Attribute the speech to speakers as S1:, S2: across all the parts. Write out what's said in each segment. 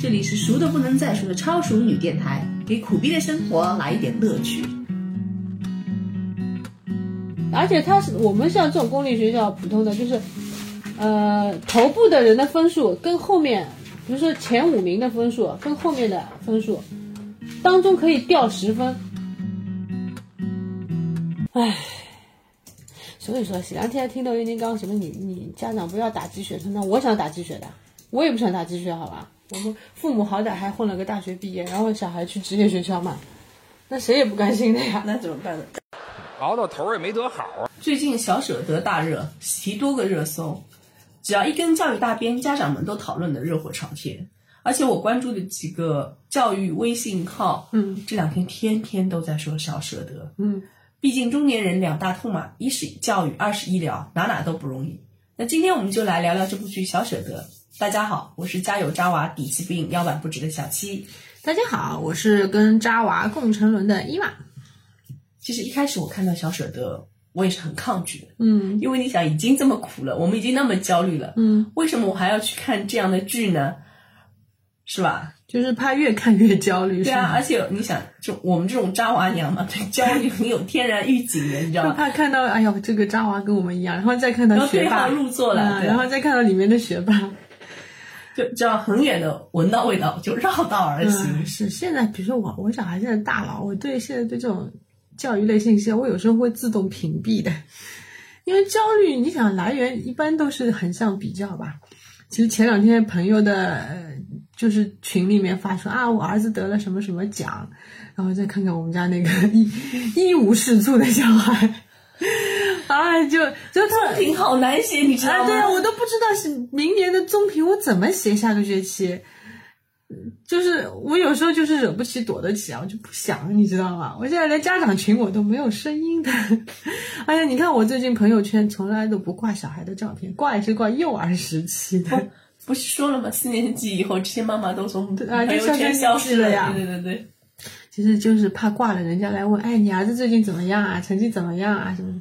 S1: 这里是熟的不能再熟的超熟女电台，给苦逼的生活来一点乐趣。
S2: 而且他是我们像这种公立学校普通的，就是，呃，头部的人的分数跟后面，比如说前五名的分数跟后面的分数，当中可以掉十分。唉，所以说前两天听到有人讲什么你你家长不要打鸡血，那我想打鸡血的，我也不想打鸡血，好吧？我们父母好歹还混了个大学毕业，然后小孩去职业学校嘛，那谁也不甘心的呀。
S1: 那怎么办呢？
S3: 熬到头儿也没得好啊。
S1: 最近小舍得大热，其多个热搜，只要一跟教育搭边，家长们都讨论的热火朝天。而且我关注的几个教育微信号，
S2: 嗯，
S1: 这两天天天都在说小舍得，
S2: 嗯，
S1: 毕竟中年人两大痛嘛，一是教育，二是医疗，哪哪都不容易。那今天我们就来聊聊这部剧《小舍得》。大家好，我是家有渣娃、底气不硬、腰板不直的小七。
S2: 大家好，我是跟渣娃共沉沦的伊娃。
S1: 其实一开始我看到《小舍得》，我也是很抗拒的，
S2: 嗯
S1: 因为你想，已经这么苦了，我们已经那么焦虑了，
S2: 嗯，
S1: 为什么我还要去看这样的剧呢？是吧？
S2: 就是怕越看越焦虑，
S1: 对啊，而
S2: 是
S1: 且你想，就我们这种渣娃娘嘛， 对焦虑很有天然预警的，你知道
S2: 吗？
S1: 吗？
S2: 怕看到哎呦这个渣娃跟我们一样，然后再看
S1: 然
S2: 到
S1: 后
S2: 学
S1: 对
S2: 霸
S1: 号，入座了，
S2: 嗯
S1: 对
S2: 然后再看到里面的学霸，
S1: 就只要很远的闻到味道就绕道而行。
S2: 嗯，是现在，比如说我，我小孩现在大了，我对现在对这种教育类信息，我有时候会自动屏蔽的，因为焦虑，你想来源一般都是横向比较吧。其实前两天朋友的，呃就是群里面发说啊，我儿子得了什么什么奖，然后再看看我们家那个 一一无是处的小孩， 啊，就就他
S1: 作品好难写，你知道
S2: 啊，
S1: 吗？
S2: 对啊，我都不知道是明年的综评我怎么写下个学期。就是我有时候就是惹不起躲得起啊，我就不想，你知道吗？我现在连家长群我都没有声音的， 而且你看我最近朋友圈从来都不挂小孩的照片，挂也是挂幼儿时期的。
S1: 不是说了吗？四年级以后，这些妈妈都从
S2: 对啊
S1: 朋友圈
S2: 就
S1: 消
S2: 消
S1: 失
S2: 失
S1: 了
S2: 了呀
S1: 对对对对，
S2: 其实就是怕挂了，人家来问，哎，你儿子最近怎么样啊？成绩怎么样啊？什么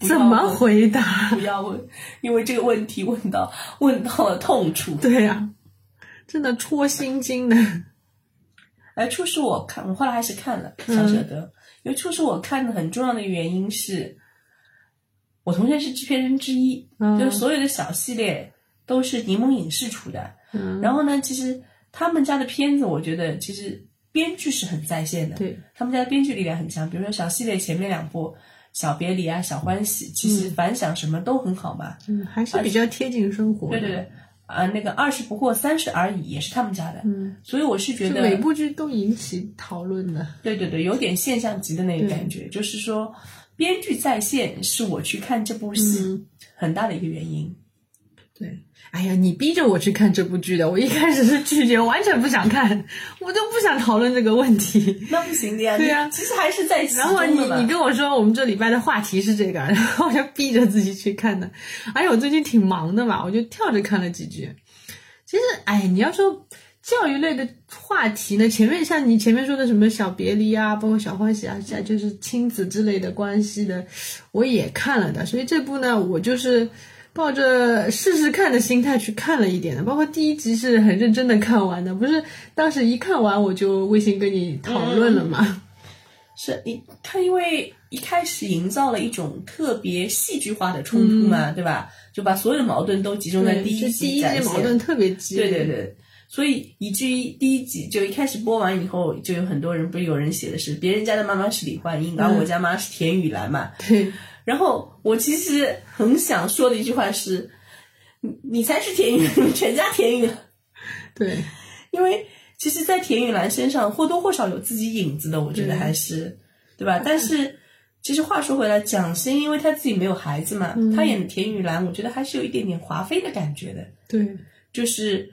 S1: 不
S2: 的？
S1: 要
S2: 怎
S1: 问
S2: 么回 答？
S1: 不要问，因为这个问题问到问到了痛处。
S2: 对呀、真的戳心经的。
S1: 哎，初始我看，我后来还是看了
S2: 嗯
S1: 《小舍得》因为初始我看的很重要的原因是，我同学是制片人之一，
S2: 嗯
S1: 就是所有的小系列都是柠檬影视出的。
S2: 嗯，
S1: 然后呢，其实他们家的片子，我觉得其实编剧是很在线的，
S2: 对，
S1: 他们家的编剧力量很强。比如说小系列前面两部《小别离》啊，《小欢喜》，其实反响什么都很好嘛。
S2: 嗯，还是比较贴近生活的。
S1: 对对对，啊、那个二十不惑，三十而已也是他们家的，
S2: 嗯。
S1: 所以我是觉
S2: 就
S1: 得
S2: 每部剧都引起讨论的。
S1: 对对对，有点现象级的那个
S2: 对
S1: 感觉，就是说，编剧在线是我去看这部戏、
S2: 嗯
S1: 很大的一个原因。
S2: 对，哎呀，你逼着我去看这部剧的，我一开始是拒绝，完全不想看，我都不想讨论这个问题。
S1: 那不行的呀，
S2: 对
S1: 你
S2: 呀
S1: 其实还是在其
S2: 然后
S1: 中
S2: 你
S1: 的嘛
S2: 你跟我说我们这礼拜的话题是这个， 然后我就逼着自己去看的。而且我最近挺忙的嘛，我就跳着看了几句。其实，哎，你要说教育类的话题呢，前面像你前面说的什么小别离啊，包括小欢喜啊，像就是亲子之类的关系的，我也看了的。所以这部呢，我就是。抱着试试看的心态去看了一点的，包括第一集是很认真的看完的，不是当时一看完我就微信跟你讨论了嘛。
S1: 是你他因为一开始营造了一种特别戏剧化的冲突嘛，对吧？就把所有的矛盾都集中在
S2: 嗯对，
S1: 第一
S2: 这第
S1: 集
S2: 一
S1: 展
S2: 季
S1: 现。
S2: 矛盾特别激
S1: 对
S2: 烈，
S1: 对对。所以以至于第一集就一开始播完以后，就有很多人不是有人写的是别人家的妈妈是李焕英，而我家妈是田雨岚嘛，
S2: 对
S1: 然后我其实很想说的一句话是：你你才是田雨岚，你们全家田雨岚。
S2: 对
S1: 因为其实，在田雨岚身上或多或少有自己影子的，我觉得
S2: 对
S1: 还是对吧？但是，其实话说回来，蒋欣因为她自己没有孩子嘛，她演的田雨岚，我觉得还是有一点点华妃的感觉的，
S2: 对
S1: 就是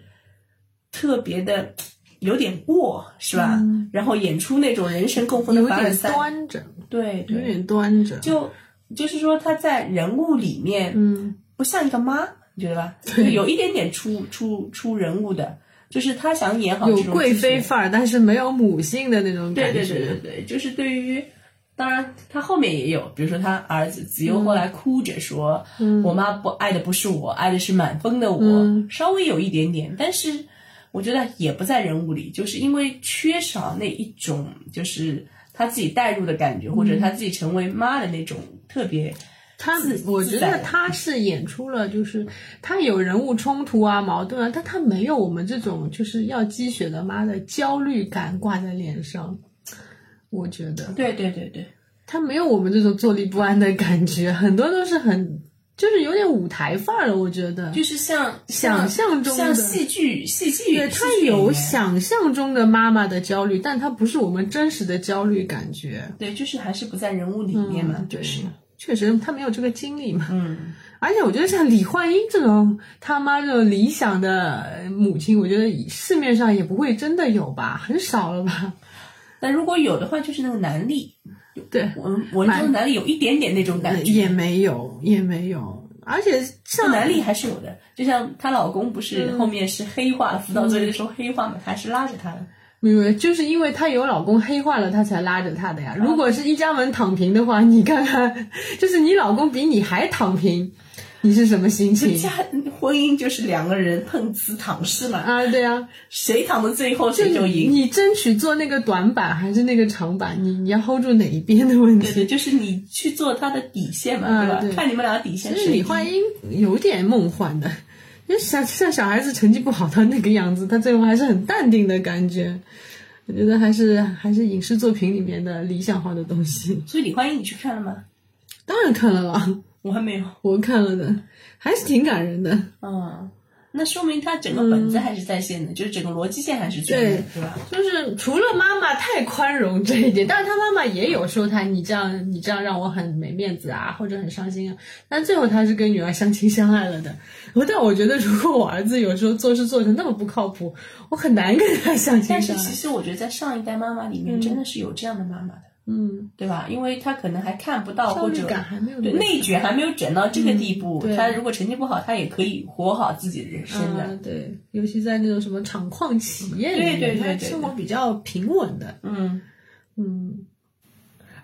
S1: 特别的有点过，是吧？
S2: 嗯
S1: 然后演出那种人神共愤的
S2: 有
S1: 凡尔
S2: 点嗯
S1: 赛，
S2: 端着，
S1: 对
S2: 有
S1: 对，
S2: 点端着，
S1: 就就是说她在人物里面，
S2: 嗯，
S1: 不像一个妈，你觉得吧？就
S2: 对
S1: 有一点点出出出人物的，就是她想演哦好这
S2: 有
S1: 种
S2: 贵
S1: 自己
S2: 妃范儿，但是没有母性的那种
S1: 对
S2: 感
S1: 对对对
S2: 觉，
S1: 对，就是对于，当然她后面也有，比如说她儿子子悠后来哭着说：“
S2: 嗯
S1: 我妈不爱的不是我，爱的是满分的我。
S2: 嗯
S1: 稍微有一点点，但是我觉得也不在人物里，就是因为缺少那一种就是他自己带入的感觉，或
S2: 嗯
S1: 者他自己成为妈的那种特别
S2: 他
S1: 自，
S2: 我觉
S1: 自在
S2: 得
S1: 的
S2: 他是演出了，就是他有人物冲突啊、矛盾啊，但他没有我们这种就是要鸡血的妈的焦虑感挂在脸上。我觉得
S1: 对对对对，
S2: 他没有我们这种坐立不安的感觉，很多都是很就是有点舞台范儿了。我觉得，
S1: 就是像
S2: 想象中
S1: 像
S2: 的
S1: 戏剧戏剧，
S2: 对
S1: 戏
S2: 他
S1: 剧演
S2: 有
S1: 员
S2: 想象中的妈妈的焦虑，但他不是我们真实的焦虑感觉。
S1: 对，就是还是不在人物里
S2: 嗯，
S1: 面嘛，
S2: 对
S1: 就是，
S2: 确实他没有这个经历嘛。
S1: 嗯，
S2: 而且我觉得像李焕英这种他妈这种理想的母亲，我觉得市面上也不会真的有吧，很少了吧？
S1: 但如果有的话，就是那个男力，
S2: 对，
S1: 文嗯文中的男力有一点点那种感觉，
S2: 也没有，也没有。而且像
S1: 男力还是有的。就像她老公不是
S2: 嗯
S1: 后面是黑化了，辅导作业的时候黑化嘛，她还是拉着她的。
S2: 因为就是因为她有老公黑化了，她才拉着她的
S1: 哦
S2: 呀。如果是一家门躺平的话，你看看，就是你老公比你还躺平，你是什么心
S1: 就
S2: 情
S1: 家婚姻就是两个人碰瓷躺尸嘛，
S2: 啊？对啊，
S1: 谁躺的最后
S2: 就
S1: 谁就
S2: 你
S1: 赢。
S2: 你争取做那个短板还是那个长板，你你要 hold 住哪一边的问
S1: 对对，
S2: 题。
S1: 就是你去做他的底线嘛，
S2: 嗯
S1: 对吧？
S2: 对
S1: 看你们俩底线
S2: 其
S1: 谁
S2: 实
S1: 低。
S2: 李焕英有点梦幻的，就像像小孩子成绩不好的那个样子，她最后还是很淡定的感觉。我觉得还是还是影视作品里面的理想化的东西，
S1: 所以李焕英你去看了吗？
S2: 当然看了啦。
S1: 我还没有。
S2: 我看了的，还是挺感人的。
S1: 嗯，那说明他整个本
S2: 嗯
S1: 子还是在线的，就是整个逻辑线还是全的，对吧？
S2: 就是除了妈妈太宽容这一点，但是他妈妈也有说他你这样你这样让我很没面子啊，或者很伤心啊。但最后他是跟女儿相亲相爱了的。 我但我觉得如果我儿子有时候做事做成那么不靠谱，我很难跟他相亲
S1: 但是
S2: 相
S1: 其
S2: 爱。
S1: 实我觉得在上一代妈妈里面，
S2: 嗯
S1: 真的是有这样的妈妈的，
S2: 嗯，
S1: 对吧？因为她可能还看不到
S2: 焦
S1: 哦或
S2: 虑
S1: 者
S2: 感还没有那
S1: 对
S2: 么
S1: 内卷还没有卷到这个地步，
S2: 嗯对
S1: 她如果成绩不好，她也可以活好自己的人生的。
S2: 啊，对，尤其在那种什么厂矿企业里面，
S1: 对对对对对
S2: 他生活比较平稳的。
S1: 嗯，
S2: 嗯，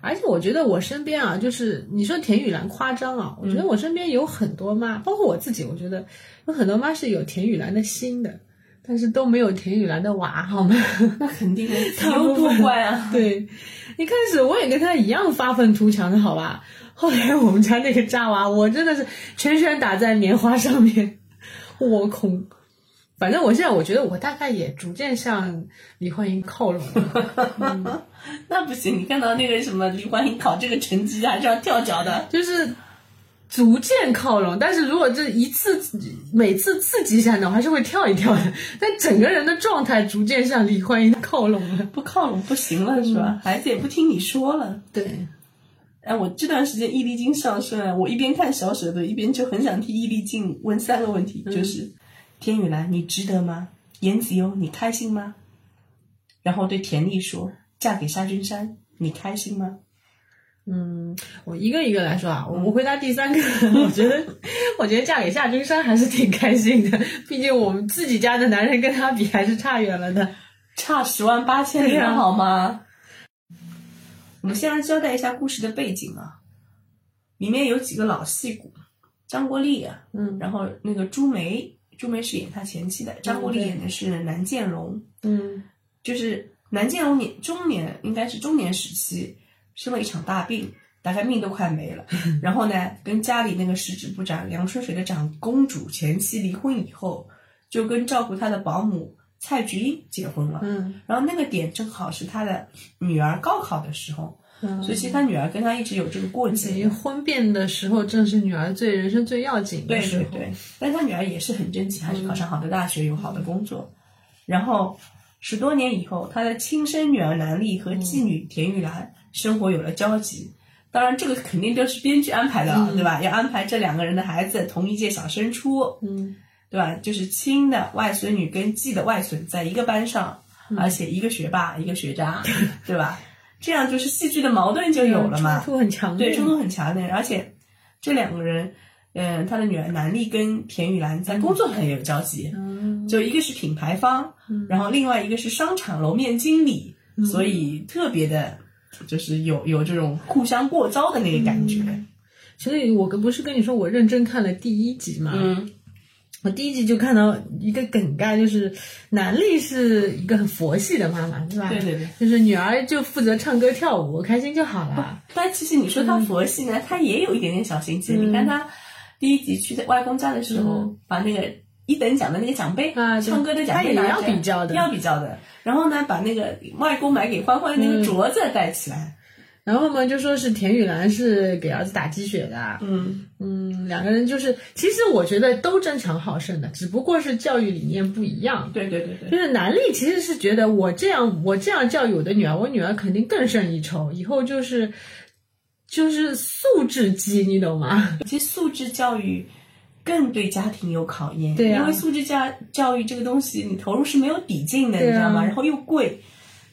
S2: 而且我觉得我身边啊，就是你说田雨岚夸张啊，我觉得我身边有很多妈，包括我自己，我觉得有很多妈是有田雨岚的心的，但是都没有田雨岚的娃好吗？
S1: 那肯定的，你
S2: 大
S1: 有
S2: 部
S1: 多
S2: 分
S1: 乖啊！
S2: 对，一开始我也跟她一样发愤图强的好吧，后来我们家那个渣娃，我真的是拳拳打在棉花上面，我恐。反正我现在我觉得我大概也逐渐向李焕英靠拢了，
S1: 那不行，你看到那个什么李焕英考这个成绩，还是要跳脚的。
S2: 就是逐渐靠拢。但是如果这一次每次刺激一下呢，我还是会跳一跳的。但整个人的状态逐渐向李焕英靠拢了。
S1: 不靠拢不行了是吧？
S2: 嗯
S1: 孩子也不听你说了。
S2: 对，
S1: 哎，我这段时间易立竞上升啊，我一边看小舍得，一边就很想替易立竞问三个问题，就是：天宇兰，你值得吗？严子悠，你开心吗？然后对田丽说：“嫁给沙君山，你开心吗
S2: 嗯，我一个一个来说啊，我我回答第三个， 我觉得我觉得嫁给夏君山还是挺开心的，毕竟我们自己家的男人跟他比还是差远了的。？”
S1: 差十万八千里
S2: 对啊
S1: 好吗？我们先来交代一下故事的背景啊，里面有几个老戏骨，张国立啊，
S2: 嗯
S1: 然后那个朱梅，朱梅是演他前妻的，张国立
S2: 对
S1: 演的是南建荣。
S2: 嗯
S1: 就是南建荣年中年，应该是中年时期，生了一场大病，大概命都快没了。然后呢，跟家里那个十指部长梁春水的长公主前妻离婚以后，就跟照顾她的保姆蔡菊英结婚了。
S2: 嗯
S1: 然后那个点正好是他的女儿高考的时候，
S2: 嗯，
S1: 所以其实他女儿跟他一直有这个过
S2: 等
S1: 节
S2: 于。婚变的时候正是女儿最人生最要紧
S1: 对
S2: 的时
S1: 对
S2: 候。
S1: 对，但是他女儿也是很争气，还是
S2: 嗯
S1: 考上好的大学，有好的工作。然后十多年以后，他的亲生女儿南丽和继女田玉兰生活有了交集。当然，这个肯定都是编剧安排的了，啊
S2: 嗯
S1: 对吧？要安排这两个人的孩子同一届小升初，
S2: 嗯
S1: 对吧？就是亲的外孙女跟继的外孙在一个班上，而且一个学霸，一个学渣，对吧？这样就是戏剧的矛盾就有了嘛。
S2: 冲突很强烈。
S1: 对，冲突很强烈，而且这两个人，嗯、他的女儿南丽跟田雨岚在工作上嗯也有交集，
S2: 嗯
S1: 就一个是品牌方，然后另外一个是商场楼面经理，所以特别的，就是有有这种互相过招的那个感觉。
S2: 所以我跟不是跟你说我认真看了第一集嘛，
S1: 嗯
S2: 我第一集就看到一个梗概，就是南丽是一个很佛系的妈妈，是吧？
S1: 嗯对对对。
S2: 就是女儿就负责唱歌跳舞，开心就好了。
S1: 但其实你说他佛系呢，他也有一点点小心机。
S2: 嗯
S1: 你看他第一集去外公家的时候，把那个一等奖的那个奖杯，
S2: 啊对
S1: 唱歌的奖杯
S2: 他也
S1: 拿着
S2: 要比较的
S1: 要比较的。然后呢，把那个外公买给欢欢的那个镯子戴起来。
S2: 然后嘛，就说是田雨岚是给儿子打鸡血的，
S1: 嗯，
S2: 嗯，两个人就是，其实我觉得都争强好胜的，只不过是教育理念不一样。
S1: 对对对对
S2: 就。是南丽其实是觉得我这样我这样教育我的女儿，我女儿肯定更胜一筹，以后就是就是素质鸡，你懂吗？
S1: 其实素质教育更对家庭有考验，
S2: 对啊
S1: 因为素质教教育这个东西，你投入是没有底劲的，
S2: 对啊
S1: 你知道吗？然后又贵，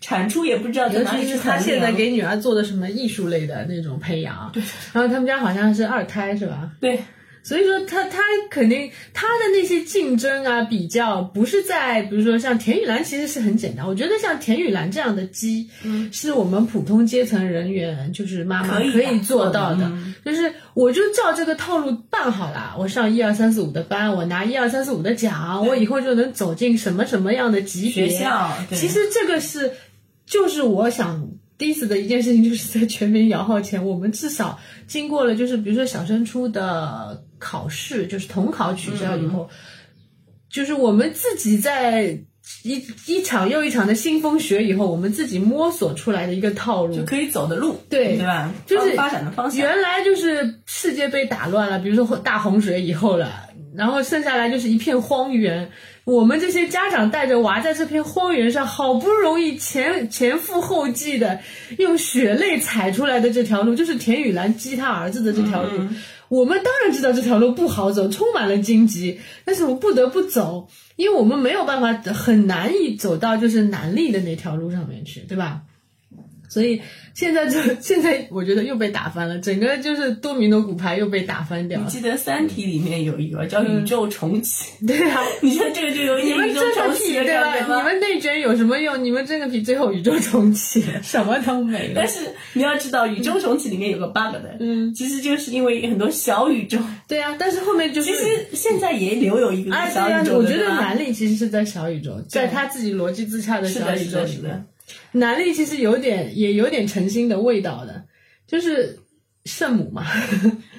S1: 产出也不知道从
S2: 尤
S1: 哪
S2: 其
S1: 里去
S2: 是他
S1: 衡
S2: 现在
S1: 量。
S2: 给女儿做的什么艺术类的那种培养，然后他们家好像是二胎是吧？
S1: 对，
S2: 所以说他他肯定他的那些竞争啊比较不是在比如说像田雨岚其实是很简单，我觉得像田雨岚这样的鸡，
S1: 嗯
S2: 是我们普通阶层人员就是妈妈
S1: 可以
S2: 啊可以
S1: 打
S2: 做
S1: 做
S2: 到
S1: 的
S2: 的，
S1: 嗯
S2: 就是我就照这个套路办好了，我上一二三四五的班，我拿一二三四五的奖，我以后就能走进什么什么样的级别
S1: 学校对
S2: 其实这个是，就是我想 diss 的一件事情，就是在全民摇号前，我们至少经过了，就是比如说小升初的考试，就是统考取消以
S1: 嗯
S2: 后，就是我们自己在。一一场又一场的腥风血雨以后，我们自己摸索出来的一个套路，
S1: 就可以走的路，
S2: 嗯对
S1: 对吧？
S2: 就是
S1: 发发展的方向。
S2: 原来就是世界被打乱了，比如说大洪水以后了，然后剩下来就是一片荒原。我们这些家长带着娃在这片荒原上，好不容易前前赴后继的用血泪踩出来的这条路，就是田雨岚激他儿子的这条路。
S1: 嗯
S2: 我们当然知道这条路不好走，充满了荆棘，但是我不得不走，因为我们没有办法，很难以走到就是南丽的那条路上面去，对吧？所以现在就现在，我觉得又被打翻了，整个就是多米诺骨牌又被打翻掉
S1: 你
S2: 了。
S1: 记得《三体》里面有一个叫宇宙重启，
S2: 对啊，
S1: 你看这个就有一
S2: 你
S1: 点
S2: 们
S1: 宇宙
S2: 这个
S1: 重
S2: 皮
S1: 启的
S2: 对吧？
S1: 感觉吗
S2: 你们内卷有什么用？你们这个皮最后宇宙 重启，什么都没了
S1: 但。是你要知道，宇宙重启里面有个 bug 的，
S2: 嗯，
S1: 其实就是因为很多小宇宙，
S2: 对啊，但是后面就是
S1: 其实现在也留有一个
S2: 哎，
S1: 小宇
S2: 对啊，
S1: 宙
S2: 我
S1: 的
S2: 觉得
S1: 对吧
S2: 南丽其实是在小宇宙，在他自己逻辑自洽的
S1: 是
S2: 小
S1: 的，
S2: 宇
S1: 是
S2: 宙
S1: 的，
S2: 里
S1: 是
S2: 面
S1: 的。，
S2: 南丽其实有点也有点诚心的味道的，就是圣母嘛。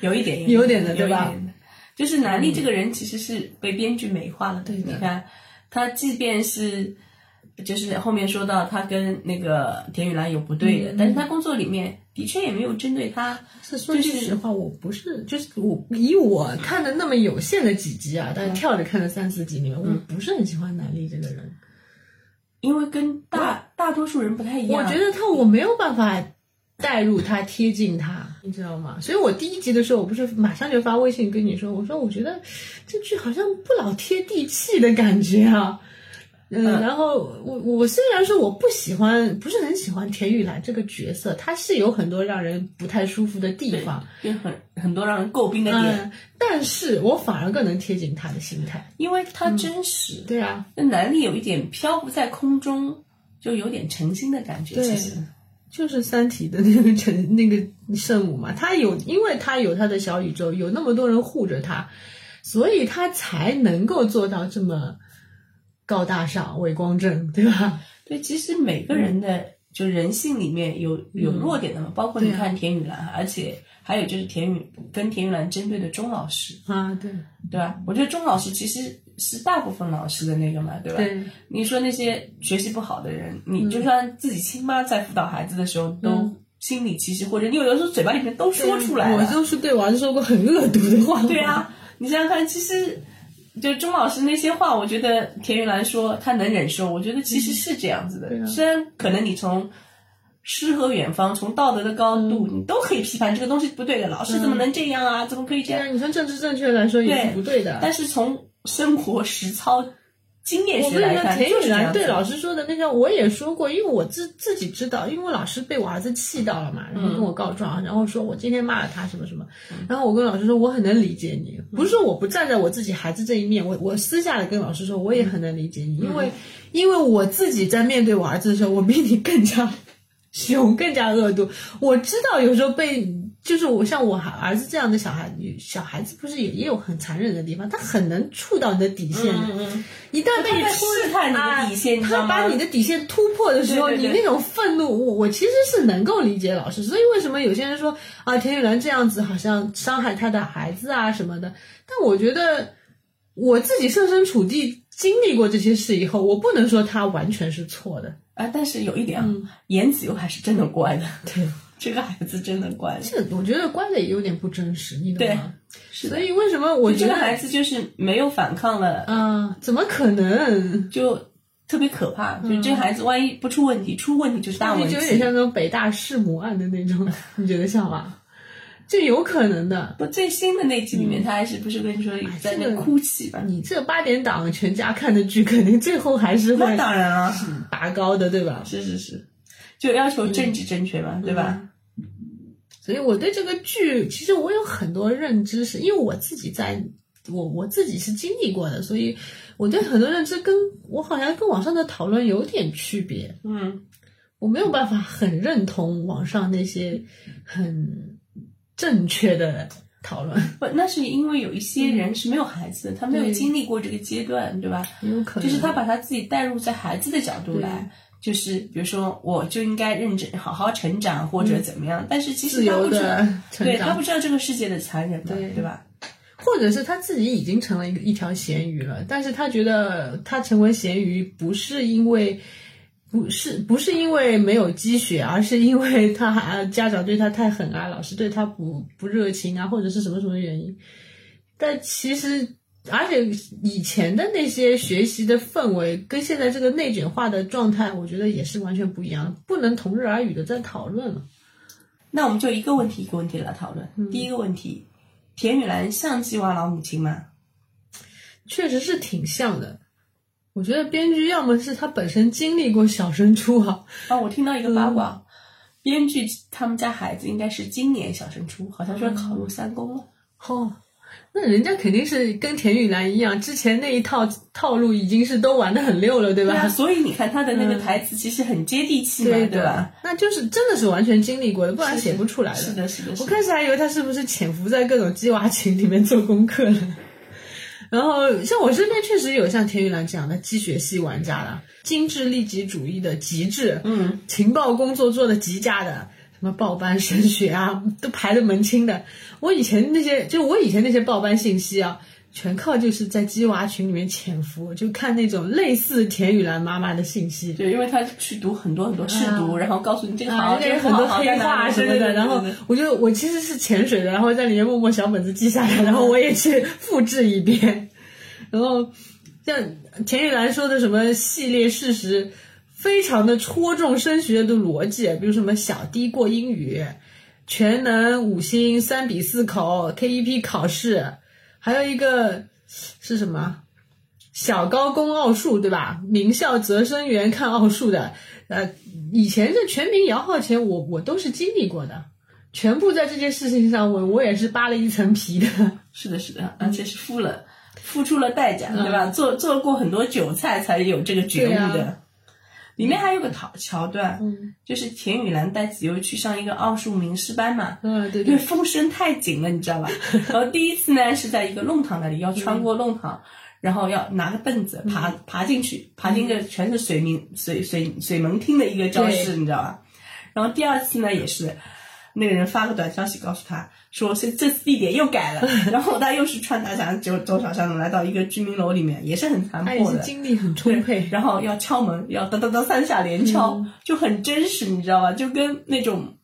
S1: 有一点，
S2: 有点的
S1: 有
S2: 对
S1: 一
S2: 吧
S1: 点的就是南丽这个人其实是被编剧美化了，
S2: 对的
S1: 你看他即便是。就是后面说到他跟那个田雨岚有不对
S2: 嗯
S1: 的，但是他工作里面的确也没有针对他，
S2: 是说句实话，我不是，就是我以我看的那么有限的几集啊，但
S1: 嗯
S2: 是跳着看的三四集里面，我不是很喜欢南丽这个人，
S1: 因为跟大大多数人不太一
S2: 我
S1: 样。
S2: 觉得他我没有办法带入他，贴近他，你知道吗？所以我第一集的时候，我不是马上就发微信跟你说，我说我觉得这剧好像不老贴地气的感觉啊。嗯，
S1: 嗯
S2: 然后我我虽然说我不喜欢，不是很喜欢田雨岚这个角色，她是有很多让人不太舒服的地方，
S1: 就很很多让人诟病的点，
S2: 嗯，但是我反而更能贴近他的心态。
S1: 因为他真实，
S2: 对啊，
S1: 那南丽有一点漂浮在空中，就有点诚心的感觉。
S2: 对
S1: 其实，
S2: 就是《三体》的那个陈 那个圣母嘛，他有，因为他有他的小宇宙，有那么多人护着他，所以他才能够做到这么高大上、伟光正，对吧？
S1: 对，其实每个人的、就人性里面有有弱点的嘛，包括你
S2: 嗯对啊
S1: 看田雨岚，而且还有就是田雨跟田雨岚针对的钟老师，
S2: 啊，对
S1: 对吧？我觉得钟老师其实是大部分老师的那个嘛，对吧？
S2: 对，嗯
S1: 你说那些学习不好的人，你就算自己亲妈在辅导孩子的时候，都心里其实或者你有的时候嘴巴里面都说出来了，
S2: 我就是嗯对我儿子说过很恶毒的话。
S1: 对，啊，你想想看，其实就钟老师那些话，我觉得田玉兰说她能忍受，我觉得其实是这样子的。
S2: 对啊
S1: 虽然可能你从诗和远方，从道德的高度，
S2: 嗯
S1: 你都可以批判这个东西不对的，老师怎么能这样啊？怎么可以这
S2: 但
S1: 样？啊
S2: 是你从政治正确来说也是不对的。
S1: 但是从生活实操经验
S2: 我
S1: 学
S2: 跟
S1: 来
S2: 你说，
S1: 看，
S2: 田
S1: 就是
S2: 雨
S1: 这样
S2: 岚
S1: 子
S2: 对老师说的那个，我也说过，因为我自自己知道，因为我老师被我儿子气到了嘛，然
S1: 嗯
S2: 后跟我告状，然后说我今天骂了他什么什么，然后我跟老师说我很能理解你，不是说我不站在我自己孩子这一面，我我私下的跟老师说我也很能理解你，因
S1: 嗯
S2: 为因为我自己在面对我儿子的时候，我比你更加凶，更加恶毒，我知道有时候被。就是我像我孩儿子这样的小孩，小孩子不是也也有很残忍的地方，他很能触到你的底线的。
S1: 嗯，
S2: 一旦被
S1: 他
S2: 你
S1: 在
S2: 突
S1: 试探你的底线
S2: 啊
S1: 你知道
S2: 他
S1: 吗
S2: 把你的底线突破的时候，
S1: 对对对
S2: 你那种愤怒，我我其实是能够理解老师。所以为什么有些人说啊，田雨岚这样子好像伤害他的孩子啊什么的，但我觉得我自己设身处地经历过这些事以后，我不能说他完全是错 的。
S1: 啊，但是有一点啊
S2: 嗯，
S1: 严子悠还是真的乖的，
S2: 对，
S1: 这个孩子真的乖的。
S2: 这个我觉得关的也有点不真实，你懂吗？
S1: 是的
S2: 所以为什么我
S1: 就
S2: 觉
S1: 这个
S2: 得
S1: 孩子就是没有反抗了，
S2: 啊，怎么可能？
S1: 就特别可怕。就这孩子万一不出问题，出问题就是大问
S2: 嗯就有点
S1: 题。
S2: 像那种北大弑母案的那种， 你觉得像吗？这有可能的。
S1: 不，最新的那集里面，他还是不是跟你说在
S2: 嗯哎这
S1: 那
S2: 个嗯
S1: 哭泣吧？
S2: 你这八点档全家看的剧， 肯定最后还是
S1: 那
S2: 会
S1: 当然了，
S2: 拔高的，嗯对吧？
S1: 是是是，就要求政治正确嘛，对吧？
S2: 嗯所以我对这个剧，其实我有很多认知是，因为我自己在，我我自己是经历过的，所以我对很多认知跟我好像跟网上的讨论有点区别。
S1: 嗯，
S2: 我没有办法很认同网上那些很正确的讨论，
S1: 不，那是因为有一些人是没有孩子的，他没有
S2: 嗯对
S1: 经历过这个阶段，对吧？
S2: 有可能
S1: 就是他把他自己带入在孩子的角度来，就是比如说，我就应该认真好好成长或者怎么样，但是其
S2: 嗯自
S1: 实他
S2: 由
S1: 不知道
S2: 的，成
S1: 对他
S2: 长
S1: 不，知道这个世界的残忍嘛，
S2: 对
S1: 对吧？
S2: 或者是他自己已经成了一个一条咸鱼了，但是他觉得他成为咸鱼不是因为。不是不是因为没有积雪，而是因为他啊家长对他太狠啊，老师对他不不热情啊，或者是什么什么原因。但其实，而且以前的那些学习的氛围跟现在这个内卷化的状态，我觉得也是完全不一样，不能同日而语的在讨论了。
S1: 那我们就一个问题一个问题地来讨论。
S2: 嗯
S1: 第一个问题，田雨岚像鸡娃老母亲吗？
S2: 确实是挺像的。我觉得编剧要么是他本身经历过小升初啊，
S1: 啊，我听到一个八卦，嗯编剧他们家孩子应该是今年小升初，好像说考入三公了。
S2: 哦，那人家肯定是跟田雨岚一样，之前那一套套路已经是都玩的很溜了，对
S1: 对啊，
S2: 吧？嗯
S1: 所以你看他的那个台词其实很接地气嘛，对
S2: 对
S1: 吧？？
S2: 那就是真的是完全经历过的，不然
S1: 是
S2: 写不出来
S1: 是的，是的，是
S2: 我
S1: 的。
S2: 开始还以为他是不是潜伏在各种鸡娃群里面做功课呢。然后，像我身边确实有像田玉兰这样的积雪系玩家了，精致利己主义的极致，
S1: 嗯，
S2: 情报工作做的极佳的，什么报班升学啊，都排得门清的。我以前那些，就我以前那些报班信息啊，全靠就是在鸡娃群里面潜伏，就看那种类似田雨兰妈妈的信息，
S1: 对，因为他去读很多很多试读，然后告诉你这个
S2: 啊，
S1: 好，
S2: 那
S1: 这
S2: 有
S1: 个
S2: 很多
S1: 好
S2: 黑话什么的，然后我就我其实是潜水的，然后在里面默默小本子记下来，然后我也去复制一遍，然后像田雨岚说的什么系列事实，非常的戳中升学的逻辑，比如什么小低过英语，全能五星三比四口 KEP 考试，还有一个是什么？小高攻奥数对吧？名校择生源看奥数的，呃，以前这全民摇号前我，我都是经历过的，全部在这件事情上我我也是扒了一层皮的。
S1: 是的，是
S2: 嗯
S1: 的，而且是付了付出了代价，对吧？做做过很多韭菜才有这个觉悟
S2: 对
S1: 的。
S2: 啊嗯
S1: 里面还有个桥桥段， 就是田雨岚带子悠去上一个奥数名师班嘛。
S2: 嗯，对
S1: 因
S2: 对
S1: 为，风声太紧了，你知道吧？ 然后第一次呢是在一个弄堂那里，要穿过弄堂，
S2: 嗯
S1: 然后要拿个凳子爬爬进去，爬进一
S2: 嗯
S1: 个全是水明水水水门厅的一个教室，
S2: 对
S1: 你知道吧？然后第二次呢也是，那个人发个短消息告诉他说是这次地点又改 了，然后他又是穿大墙走走小巷的来到一个居民楼里面，也是很残
S2: 他也
S1: 破
S2: 是
S1: 的。
S2: 精力很充
S1: 对，
S2: 沛。嗯
S1: 然后要敲门，要当当当三下连敲，就很真实，你知道吧？就跟那种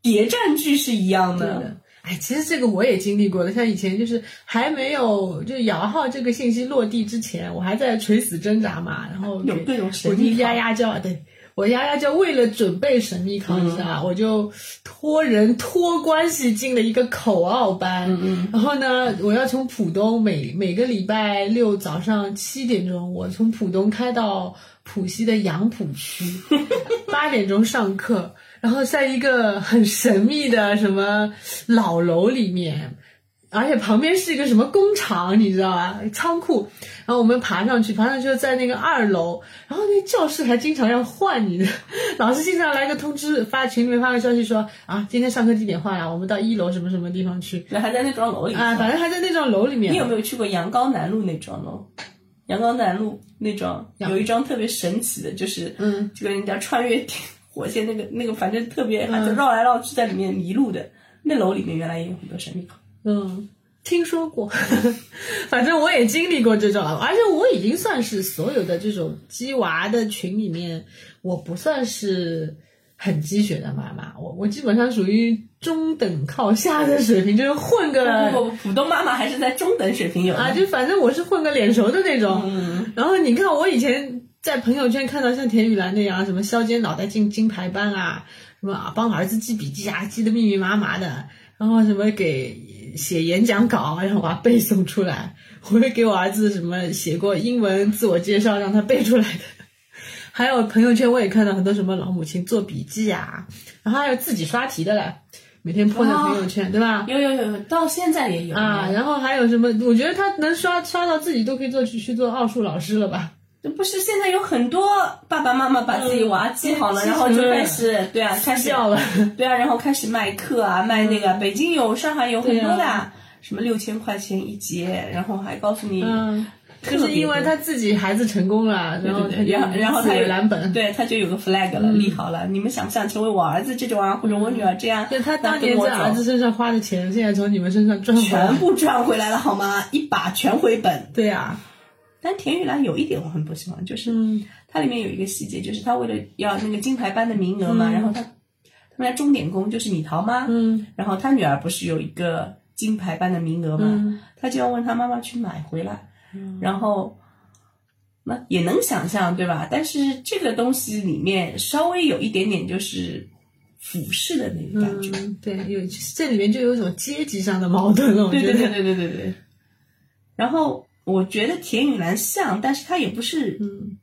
S1: 谍战剧是一样
S2: 对
S1: 的
S2: 的。哎，其实这个我也经历过的，像以前就是还没有就摇号这个信息落地之前，我还在垂死挣扎嘛，然后
S1: 有各种神
S2: 我
S1: 秘考
S2: 就丫丫叫，对我丫丫叫，为了准备神秘考试啊，
S1: 嗯
S2: 我就托人托关系进了一个口奥班，
S1: 嗯
S2: 然后呢，我要从浦东每每个礼拜六早上七点钟，我从浦东开到浦西的杨浦区，八点钟上课，然后在一个很神秘的什么老楼里面。而且旁边是一个什么工厂，你知道吧？仓库。然后我们爬上去，爬上去就在那个二楼，然后那教室还经常要换你的， 老师经常来个通知，发群里面发个消息说啊，今天上课地点换了，我们到一楼什么什么地方去
S1: 对，还在那幢楼里
S2: 啊，
S1: 是吧
S2: 反正还在那幢楼里面。
S1: 你有没有去过阳高南路那幢楼？阳高南路那幢
S2: 阳
S1: 有一幢特别神奇的，就是
S2: 嗯，
S1: 就跟人家穿越地火线那个那个，反正特别，
S2: 嗯
S1: 啊就绕来绕去在里面迷路的。那楼里面原来也有很多神秘客，
S2: 嗯，听说过， 反正我也经历过这种，而且我已经算是所有的这种鸡娃的群里面，我不算是很鸡血的妈妈，我我基本上属于中等靠下的水平，就是混个
S1: 不不不，普通妈妈还是在中等水平有的
S2: 呃啊，就反正我是混个脸熟的那种。
S1: 嗯，
S2: 然后你看，我以前在朋友圈看到像田雨岚那样，什么削尖脑袋进金牌班啊，什么啊帮儿子记笔记啊，记得密密麻麻的，然后什么给写演讲稿，让我背诵出来，我也给我儿子什么写过英文自我介绍，让他背出来的。 还有朋友圈我也看到很多什么老母亲做笔记啊，然后还有自己刷题的嘞，每天泼在
S1: 哦
S2: 朋友圈，对吧？
S1: 有有有有，到现在也有
S2: 啊，然后还有什么？我觉得他能刷刷到自己都可以做去去做奥数老师了吧？
S1: 这不是现在有很多爸爸妈妈把自己娃记好了，
S2: 嗯
S1: 然后就开始对啊，开始
S2: 掉了，
S1: 对啊，然后开始卖课啊，卖那个，北京有，上海有很多
S2: 嗯对
S1: 的，
S2: 啊
S1: 什么六千块钱一节，然后还告诉你，
S2: 嗯，就是因为他自己孩子成功了，
S1: 对
S2: 然后
S1: 对
S2: 他
S1: 对，然后然后他有
S2: 有蓝本，嗯
S1: 对，他就有个 flag 了，立好了。你们想不想成为我儿子这种啊，或者我女儿这样？
S2: 嗯对他
S1: 那
S2: 当
S1: 跟
S2: 年
S1: 我
S2: 在儿
S1: 走
S2: 子身上花的钱，现在从你们身上赚回来
S1: 全。部赚回来了，好吗？一把全回本。
S2: 对呀，
S1: 但田玉兰有一点我很不喜欢，就是
S2: 嗯
S1: 它里面有一个细节，就是他为了要那个金牌班的名额嘛，
S2: 嗯
S1: 然后他他们来钟点工就是米桃妈，
S2: 嗯
S1: 然后他女儿不是有一个金牌班的名额嘛，
S2: 嗯，
S1: 他就要问他妈妈去买回来，然后那也能想象对吧？但是这个东西里面稍微有一点点就是俯视的那个感觉，
S2: 嗯，对，有这里面就有一种阶级上的矛盾了，我
S1: 对
S2: 觉
S1: 对对
S2: 得。
S1: 对对对对。然后我觉得田雨岚像，但是她也不是
S2: 嗯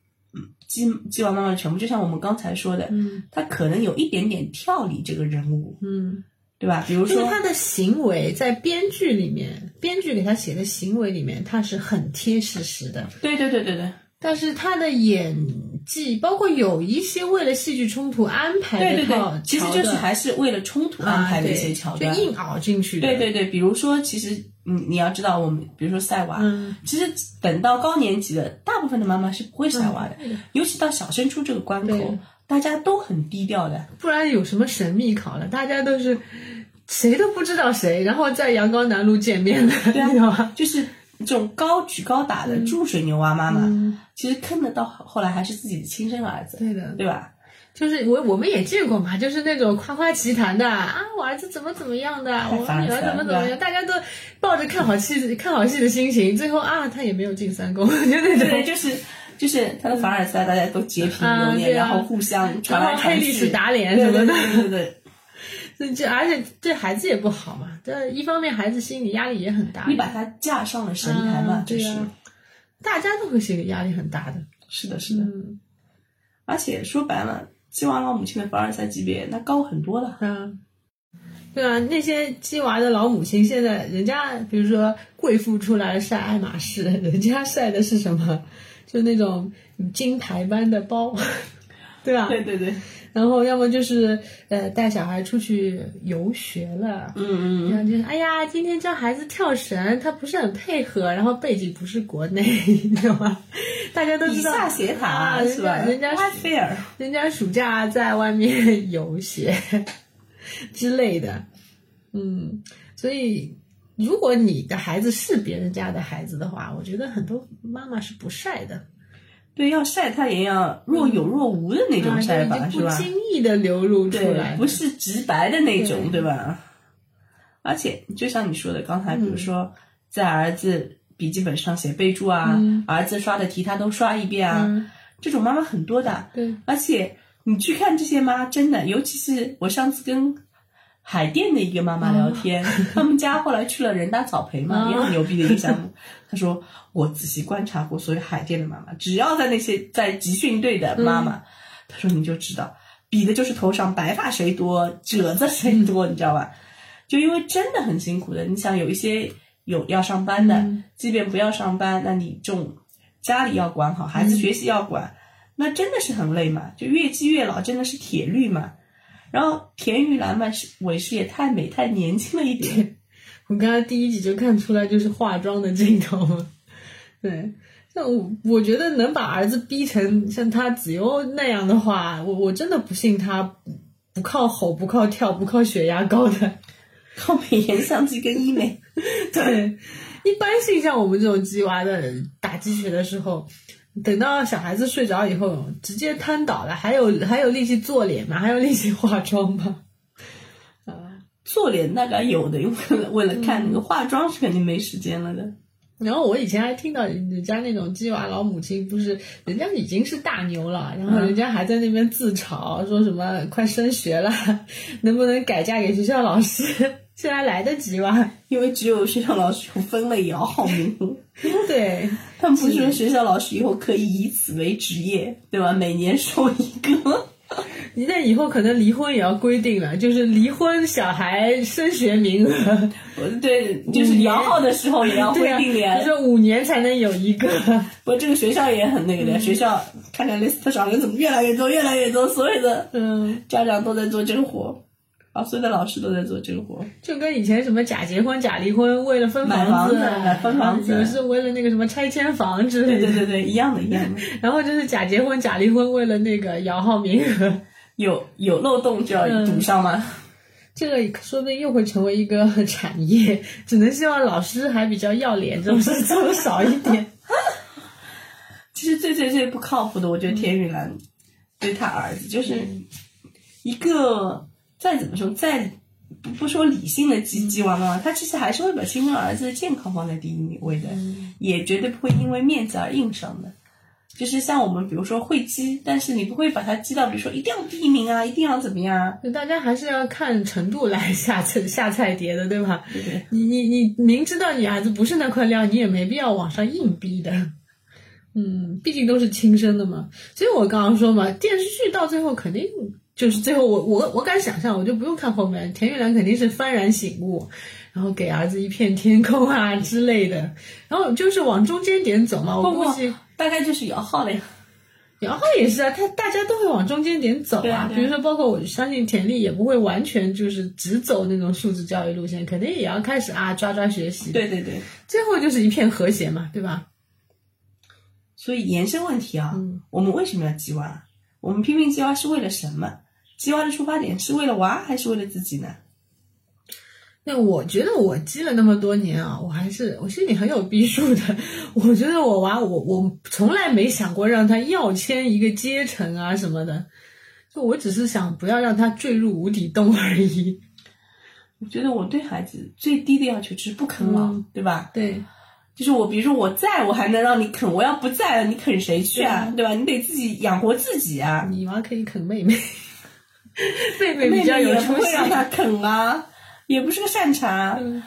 S1: 鸡鸡娃妈妈的全部，就像我们刚才说的，
S2: 嗯
S1: 她可能有一点点跳离这个人物，
S2: 嗯，
S1: 对吧？比如
S2: 就是
S1: 说，
S2: 他的行为在编剧里面，编剧给他写的行为里面，他是很贴事实的。
S1: 对对对对对
S2: 但是他的演技，包括有一些为了戏剧冲突安排
S1: 对
S2: 的
S1: 对
S2: 套
S1: 对，其实
S2: 桥
S1: 就是
S2: 段
S1: 还是为了冲突
S2: 啊
S1: 安排的一些
S2: 对
S1: 桥段，
S2: 就硬熬进去的。
S1: 对对对，比如说，其实你你要知道，我们比如说晒娃，
S2: 嗯，
S1: 其实等到高年级的，大部分的妈妈是不会晒娃的，
S2: 嗯
S1: 尤其到小升初这个关口
S2: 对，
S1: 大家都很低调的。
S2: 不然有什么神秘考了？大家都是谁都不知道谁，然后在阳高南路见面的，
S1: 对啊
S2: 你知道吧？
S1: 就是这种高举高打
S2: 嗯
S1: 的注水牛蛙妈妈，其实坑的到后来还是自己的亲生儿子，
S2: 对的，
S1: 对吧？
S2: 就是我我们也见过嘛，就是那种夸夸其谈的啊，我儿子怎么怎么样的，我
S1: 烦
S2: 女
S1: 死
S2: 儿
S1: 了
S2: 怎么怎么样，大家都抱着看好戏看好戏的心情，最后啊，他也没有进三公， 就那种。
S1: 对，就是就是他的凡尔赛，大家都截屏留
S2: 啊
S1: 念，
S2: 对啊
S1: 然后互相传
S2: 然
S1: 来
S2: 后黑
S1: 传
S2: 历史
S1: 去，
S2: 打脸
S1: 对
S2: 什
S1: 对
S2: 么
S1: 对
S2: 的，
S1: 对对 对，
S2: 这这，而且对孩子也不好嘛。这一方面孩子心理压力也很大，
S1: 你把他架上了神坛嘛，
S2: 嗯
S1: 就
S2: 对
S1: 是
S2: 呀、大家都会心理压力很大的。
S1: 是的，是的。
S2: 嗯
S1: 而且说白了，鸡娃老母亲的凡尔赛级别那高很多了。
S2: 嗯，对啊，那些鸡娃的老母亲，现在人家比如说贵妇出来晒爱马仕，人家晒的是什么？就那种金牌般的包， 对吧？
S1: 对对对，
S2: 然后要么就是呃带小孩出去游学了，
S1: 嗯嗯
S2: 然后就是，哎呀，今天教孩子跳绳，他不是很配合，然后背景不是国内，你知道吗？ 大家都
S1: 嗯，以
S2: 知道，
S1: 下斜塔、
S2: 啊
S1: 是吧？
S2: 人家人家
S1: 埃菲尔，
S2: 人家暑假在外面 游学之类的，嗯，所以如果你的孩子是别人家的孩子的话，我觉得很多妈妈是不晒的，
S1: 对，要晒他也要若有若无的那种晒法，
S2: 啊就是不
S1: 吧？
S2: 经意的流露出来
S1: 对，
S2: 的，
S1: 不是直白的那种，对吧？而且就像你说的，刚才
S2: 嗯
S1: 比如说在儿子笔记本上写备注啊，
S2: 嗯
S1: 儿子刷的题他都刷一遍啊，
S2: 嗯，
S1: 这种妈妈很多的。
S2: 对，
S1: 而且你去看这些妈，真的，尤其是我上次跟海淀的一个妈
S2: 哦
S1: 妈聊天，他们家后来去了人大草培嘛，
S2: 啊
S1: 也很牛逼的一个项目。她说，我仔细观察过所有海淀的妈妈，只要在那些在集训队的妈
S2: 嗯
S1: 妈，她嗯说你就知道，比的就是头上白发谁多，褶子谁多，你知道吧？就因为真的很辛苦的。你想，有一些有要上班的，
S2: 嗯
S1: 即便不要上班，那你这种家里要管好，孩子学习要管，那真的是很累嘛。就越积越老，真的是铁律嘛。然后田玉兰嘛，是尾饰也太美太年轻了一点，
S2: 我刚才第一集就看出来，就是化妆的这一头嘛。对，那我我觉得能把儿子逼成像他子悠那样的话，我我真的不信他不靠吼、不靠跳、不靠血压高的。
S1: 靠美颜相机跟医美，
S2: 对，一般性像我们这种鸡娃的打鸡血的时候，等到小孩子睡着以后，直接瘫倒了，还有还有力气做脸吗？还有力气化妆吗？
S1: 做脸大概有的，因为为了看那个化妆是肯定没时间了的。
S2: 然后我以前还听到人家那种鸡娃老母亲，不是人家已经是大牛了，然后人家还在那边自嘲，说什么快升学了， 能不能改嫁给学校老师？ 现在来得及吗？
S1: 因为只有学校老师有分类也要好名目，
S2: 对，
S1: 他们不是说学校老师以后可以以此为职业，对吧？每年收一个，
S2: 那以后可能离婚也要规定了，就是离婚小孩升学名额，
S1: 我 对，就是摇号的时候也要规
S2: 对啊，
S1: 定呀。
S2: 就是五年才能有一个。
S1: 不过这个学校也很那个的，学校看看 list 上人怎么越来越多，越来越多，所有的
S2: 嗯，
S1: 家长都在做这个活，啊，所有的老师都在做这个活。
S2: 就跟以前什么假结婚、假离婚，为了分
S1: 买
S2: 子，
S1: 房子分房子
S2: 有时候为了那个什么拆迁房之类
S1: 对
S2: 的
S1: 对。对对，一样的，一样的。
S2: 然后就是假结婚、假离婚，为了那个摇号名额，
S1: 有有漏洞就要堵上嘛。
S2: 这个说不定又会成为一个产业。只能希望老师还比较要脸，这种事做的少一点。
S1: 其实最最最不靠谱的，我觉得田雨岚对他儿子就是
S2: 嗯
S1: 一个再怎么说再不不说理性的鸡鸡娃妈妈，她其实还是会把亲生儿子的健康放在第一位
S2: 嗯
S1: 的，也绝对不会因为面子而硬伤的。就是像我们比如说会鸡，但是你不会把它鸡到比如说一定要第一名啊，一定要怎么样啊，
S2: 就大家还是要看程度来下菜下菜碟的，对吧？
S1: 对不对？
S2: 你你你明知道你儿子不是那块料，你也没必要往上硬逼的。嗯，毕竟都是亲生的嘛。所以我刚刚说嘛，电视剧到最后肯定就是最后我我我敢想象，我就不用看后面，田玉兰肯定是幡然醒悟，然后给儿子一片天空啊之类的。然后就是往中间点走嘛，我
S1: 不
S2: 估
S1: 不
S2: 计。，
S1: 大概就是摇号了呀。
S2: 然后也是啊，他大家都会往中间点走
S1: 对
S2: 啊
S1: 啊。对啊
S2: 比如说，包括我相信田丽也不会完全就是只走那种素质教育路线，肯定也要开始啊抓抓学习。
S1: 对对对，
S2: 最后就是一片和谐嘛，对吧？
S1: 所以延伸问题啊，
S2: 嗯
S1: 我们为什么要鸡娃？我们拼命鸡娃是为了什么？鸡娃的出发点是为了娃还是为了自己呢？
S2: 那我觉得我积了那么多年啊，我还是我心里很有逼数的。 我觉得我娃，我我从来没想过让他要签一个阶层啊什么的，就我只是想不要让他坠入无底洞而已。
S1: 我觉得我对孩子最低的要求就是不啃老，
S2: 嗯
S1: 对吧？
S2: 对，
S1: 就是我，比如说我在我还能让你啃，我要不在了，你啃谁去啊？对吧？你得自己养活自己啊，
S2: 你娃可以啃妹妹， 妹妹
S1: 妹
S2: 嗯比较
S1: 妹
S2: 有
S1: 也不
S2: 出
S1: 会
S2: 息。
S1: 让他啃啊，也不是个善茬啊。
S2: 嗯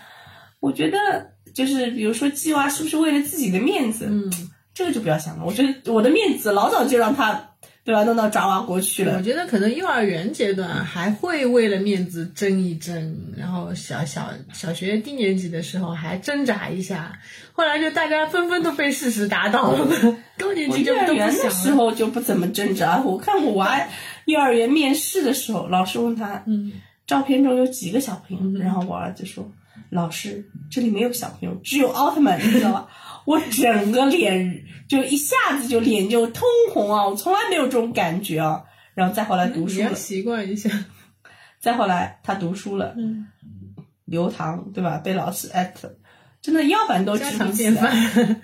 S1: 我觉得就是比如说鸡娃是不是为了自己的面子？
S2: 嗯，
S1: 这个就不要想了。我觉得我的面子老早就让他对吧弄到爪哇国去了
S2: 我。觉得可能幼儿园阶段还会为了面子争一争，然后小小小学低年级的时候还挣扎一下，后来就大家纷纷都被事实打倒了嘛。 高年
S1: 我
S2: 级就
S1: 幼儿
S2: 都不
S1: 园的时
S2: 想了。
S1: 候就不怎么挣扎。我看我娃幼儿园面试的时候，老师问他
S2: 嗯，
S1: 照片中有几个小朋
S2: 嗯
S1: 友，然后我儿子说：“老师，这里没有小朋友，只有奥特曼，你知道吧？” 我整个脸就一下子就脸就通红啊！我从来没有这种感觉啊。然后再后来读
S2: 嗯你
S1: 书
S2: 要
S1: 了，
S2: 习惯一下。
S1: 再后来他读书了，
S2: 嗯，
S1: 留堂对吧？被老师艾特，真的腰板都
S2: 家
S1: 直不
S2: 常
S1: 起
S2: 便
S1: 来。
S2: 饭。嗯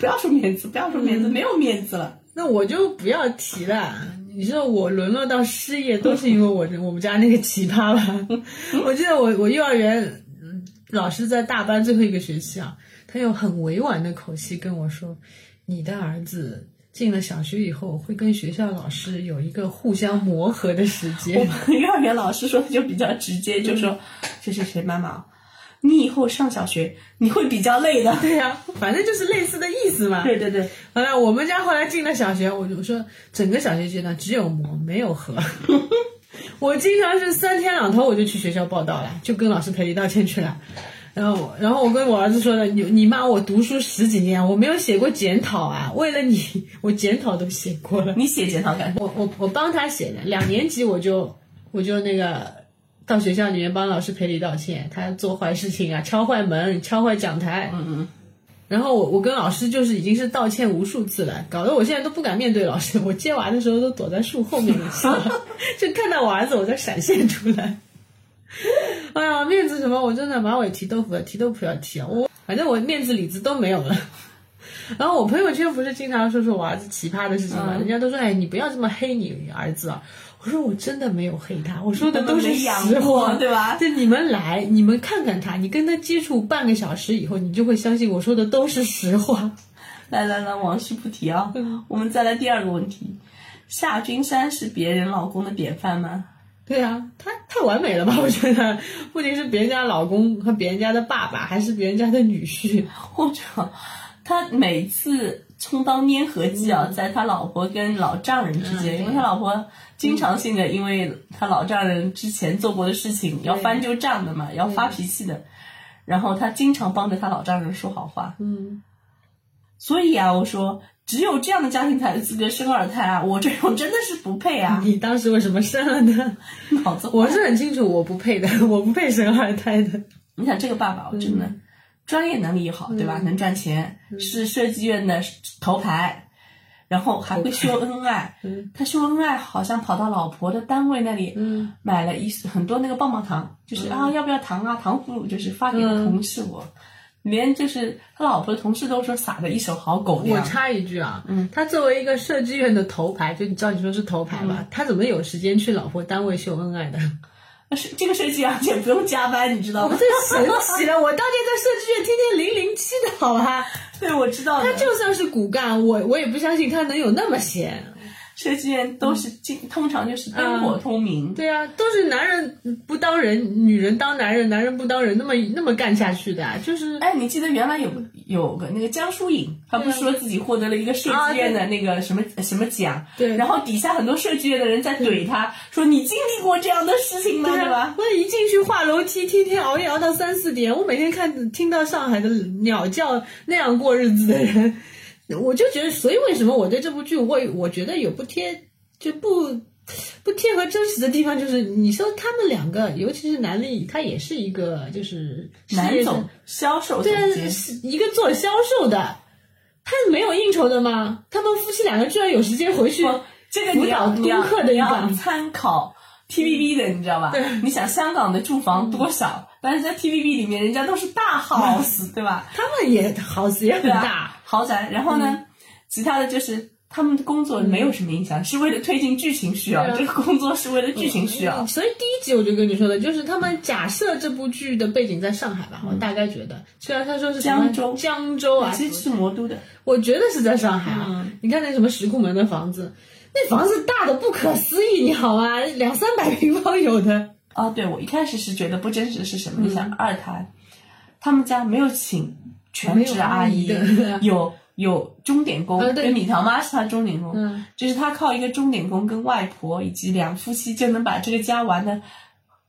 S1: 不要说面子，不要说面子，没有面子了。
S2: 那我就不要提了。你知道我沦落到失业，都是因为我这我们家那个奇葩吧？ 我记得我我幼儿园嗯老师在大班最后一个学期啊，他用很委婉的口气跟我说：“你的儿子进了小学以后，会跟学校老师有一个互相磨合的时
S1: 我
S2: 间。
S1: 们幼儿园老师说的就比较直接，就说谁谁谁妈妈，你以后上小学你会比较累的”。
S2: 对呀、反正就是类似的意思嘛。
S1: 对对对，
S2: 后来我们家后来进了小学，我就说整个小学阶段只有磨没有合，我经常是三天两头我就去学校报道了，就跟老师赔礼道歉去了。然后我，然后我跟我儿子说了，你你妈我读书十几年，我没有写过检讨啊，为了你，我检讨都写过了。
S1: 你写检讨感，
S2: 我我我帮他写的，两年级我就我就那个到学校里面帮老师赔礼道歉，他做坏事情啊，敲坏门，敲坏讲台，嗯嗯。然后我我跟老师就是已经是道歉无数次了，搞得我现在都不敢面对老师。我接娃的时候都躲在树后面笑， 就看到我儿子我在闪现出来。 哎呀，面子什么，我真的马尾提豆腐了，提豆腐要提啊！我反正我面子里子都没有了。 然后我朋友圈不是经常说说我儿子奇葩的事情嘛，
S1: 嗯
S2: 人家都说哎，你不要这么黑你儿子啊。我说我真的没有黑他，我说的都是
S1: 没养
S2: 实
S1: 过
S2: 话，
S1: 对吧
S2: 对，你们来，你们看看他，你跟他接触半个小时以后，你就会相信我说的都是实话。
S1: 来来来，往事不提啊。我们再来第二个问题：夏君山是别人老公的典范吗？
S2: 对啊，他太完美了吧？我 觉得，不仅是别人家老公和别人家的爸爸，还是别人家的女婿。
S1: 或者他每次充当粘合剂
S2: 嗯
S1: 啊，在他老婆跟老丈人之间，因为他老婆经常性的因为他老丈人之前做过的事情要翻旧账的
S2: 嗯
S1: 嘛，要发脾气的，然后他经常帮着他老丈人说好话，
S2: 嗯，
S1: 所以啊，我说只有这样的家庭才有资格生二胎啊，我这种真的是不配啊，
S2: 嗯你当时为什么生了呢？
S1: 脑子
S2: 嗯我是很清楚，我不配的， 我不配生二胎的。
S1: 你想这个爸爸，我真的、
S2: 嗯
S1: 专业能力又好，对吧？能赚钱，是设计院的头牌，然后还会秀恩爱。
S2: 嗯
S1: 他秀恩爱，好像跑到老婆的单位那里，
S2: 嗯
S1: 买了一很多那个棒棒糖，就是、啊，要不要糖啊？糖葫芦就是发给
S2: 嗯
S1: 同事我，连就是他老婆的同事都说撒的一手好狗
S2: 我
S1: 粮。
S2: 插一句啊，
S1: 嗯
S2: 他作为一个设计院的头牌，就你知道你说是头牌吧，他怎么有时间去老婆单位秀恩爱的？
S1: 是这个设计，而且不用加班，你知道
S2: 我
S1: 吗？
S2: 太神奇了！我当年在设计院天天零零七的好吧，
S1: 对，我知道的。
S2: 他就算是骨干，我我也不相信他能有那么闲。
S1: 设计院都是经、通常就是灯火通明，
S2: 嗯对啊，都是男人不当人，女人当男人，男人不当人，那么那么干下去的、啊，就是
S1: 哎，你记得原来有有个那个江疏影，她不是说自己获得了一个设
S2: 啊
S1: 计院的那个什么、什么奖？
S2: 对
S1: 然后底下很多设计院的人在怼她，说你经历过这样的事情吗？
S2: 对
S1: 对
S2: 啊
S1: 吧？，
S2: 我一进去画楼梯，天天熬夜熬到三四点，我每天看听到上海的鸟叫那样过日子的人， 我就觉得，所以为什么我对这部剧我我觉得有不贴就不不贴合真实的地方，就是你说他们两个，尤其是南丽，他也是一个就是事业
S1: 男总、销售总
S2: 对啊，
S1: 监，
S2: 是一个做销售的，他是没有应酬的吗？他们夫妻两个居然有时间回去
S1: 不，这个你要
S2: 辅导
S1: 你要
S2: 功课的
S1: 你
S2: 一嗯
S1: 要
S2: 档
S1: 参考 TVB 的，你知道吧？你想香港的住房多少？
S2: 嗯
S1: 但是在 TVB 里面，人家都是大 house，对吧？
S2: 他们也好似也很
S1: 对啊
S2: 大，
S1: 豪宅。然后呢，
S2: 嗯
S1: 其他的就是他们的工作没有什么影响，是为了推进剧情需要。
S2: 对啊
S1: 这个工作是为了剧情需要。
S2: 所以第一集我就跟你说的，就是他们假设这部剧的背景在上海吧，我大概觉得，虽然他说是什么
S1: 嗯江州
S2: 江州啊，
S1: 其实是魔都的，
S2: 我觉得是在上海啊。
S1: 嗯
S2: 你看那什么石库门的房子，那房子大的不可思议，你好吗？两三百平方有的，
S1: 哦，对，我一开始是觉得不真实是什么？你
S2: 嗯
S1: 想二胎，他们家没有请全职阿
S2: 没有阿姨对
S1: 有有钟点工，
S2: 啊对
S1: 米条妈是她钟点工，
S2: 嗯
S1: 就是她靠一个钟点工跟外婆以及两夫妻就能把这个家玩的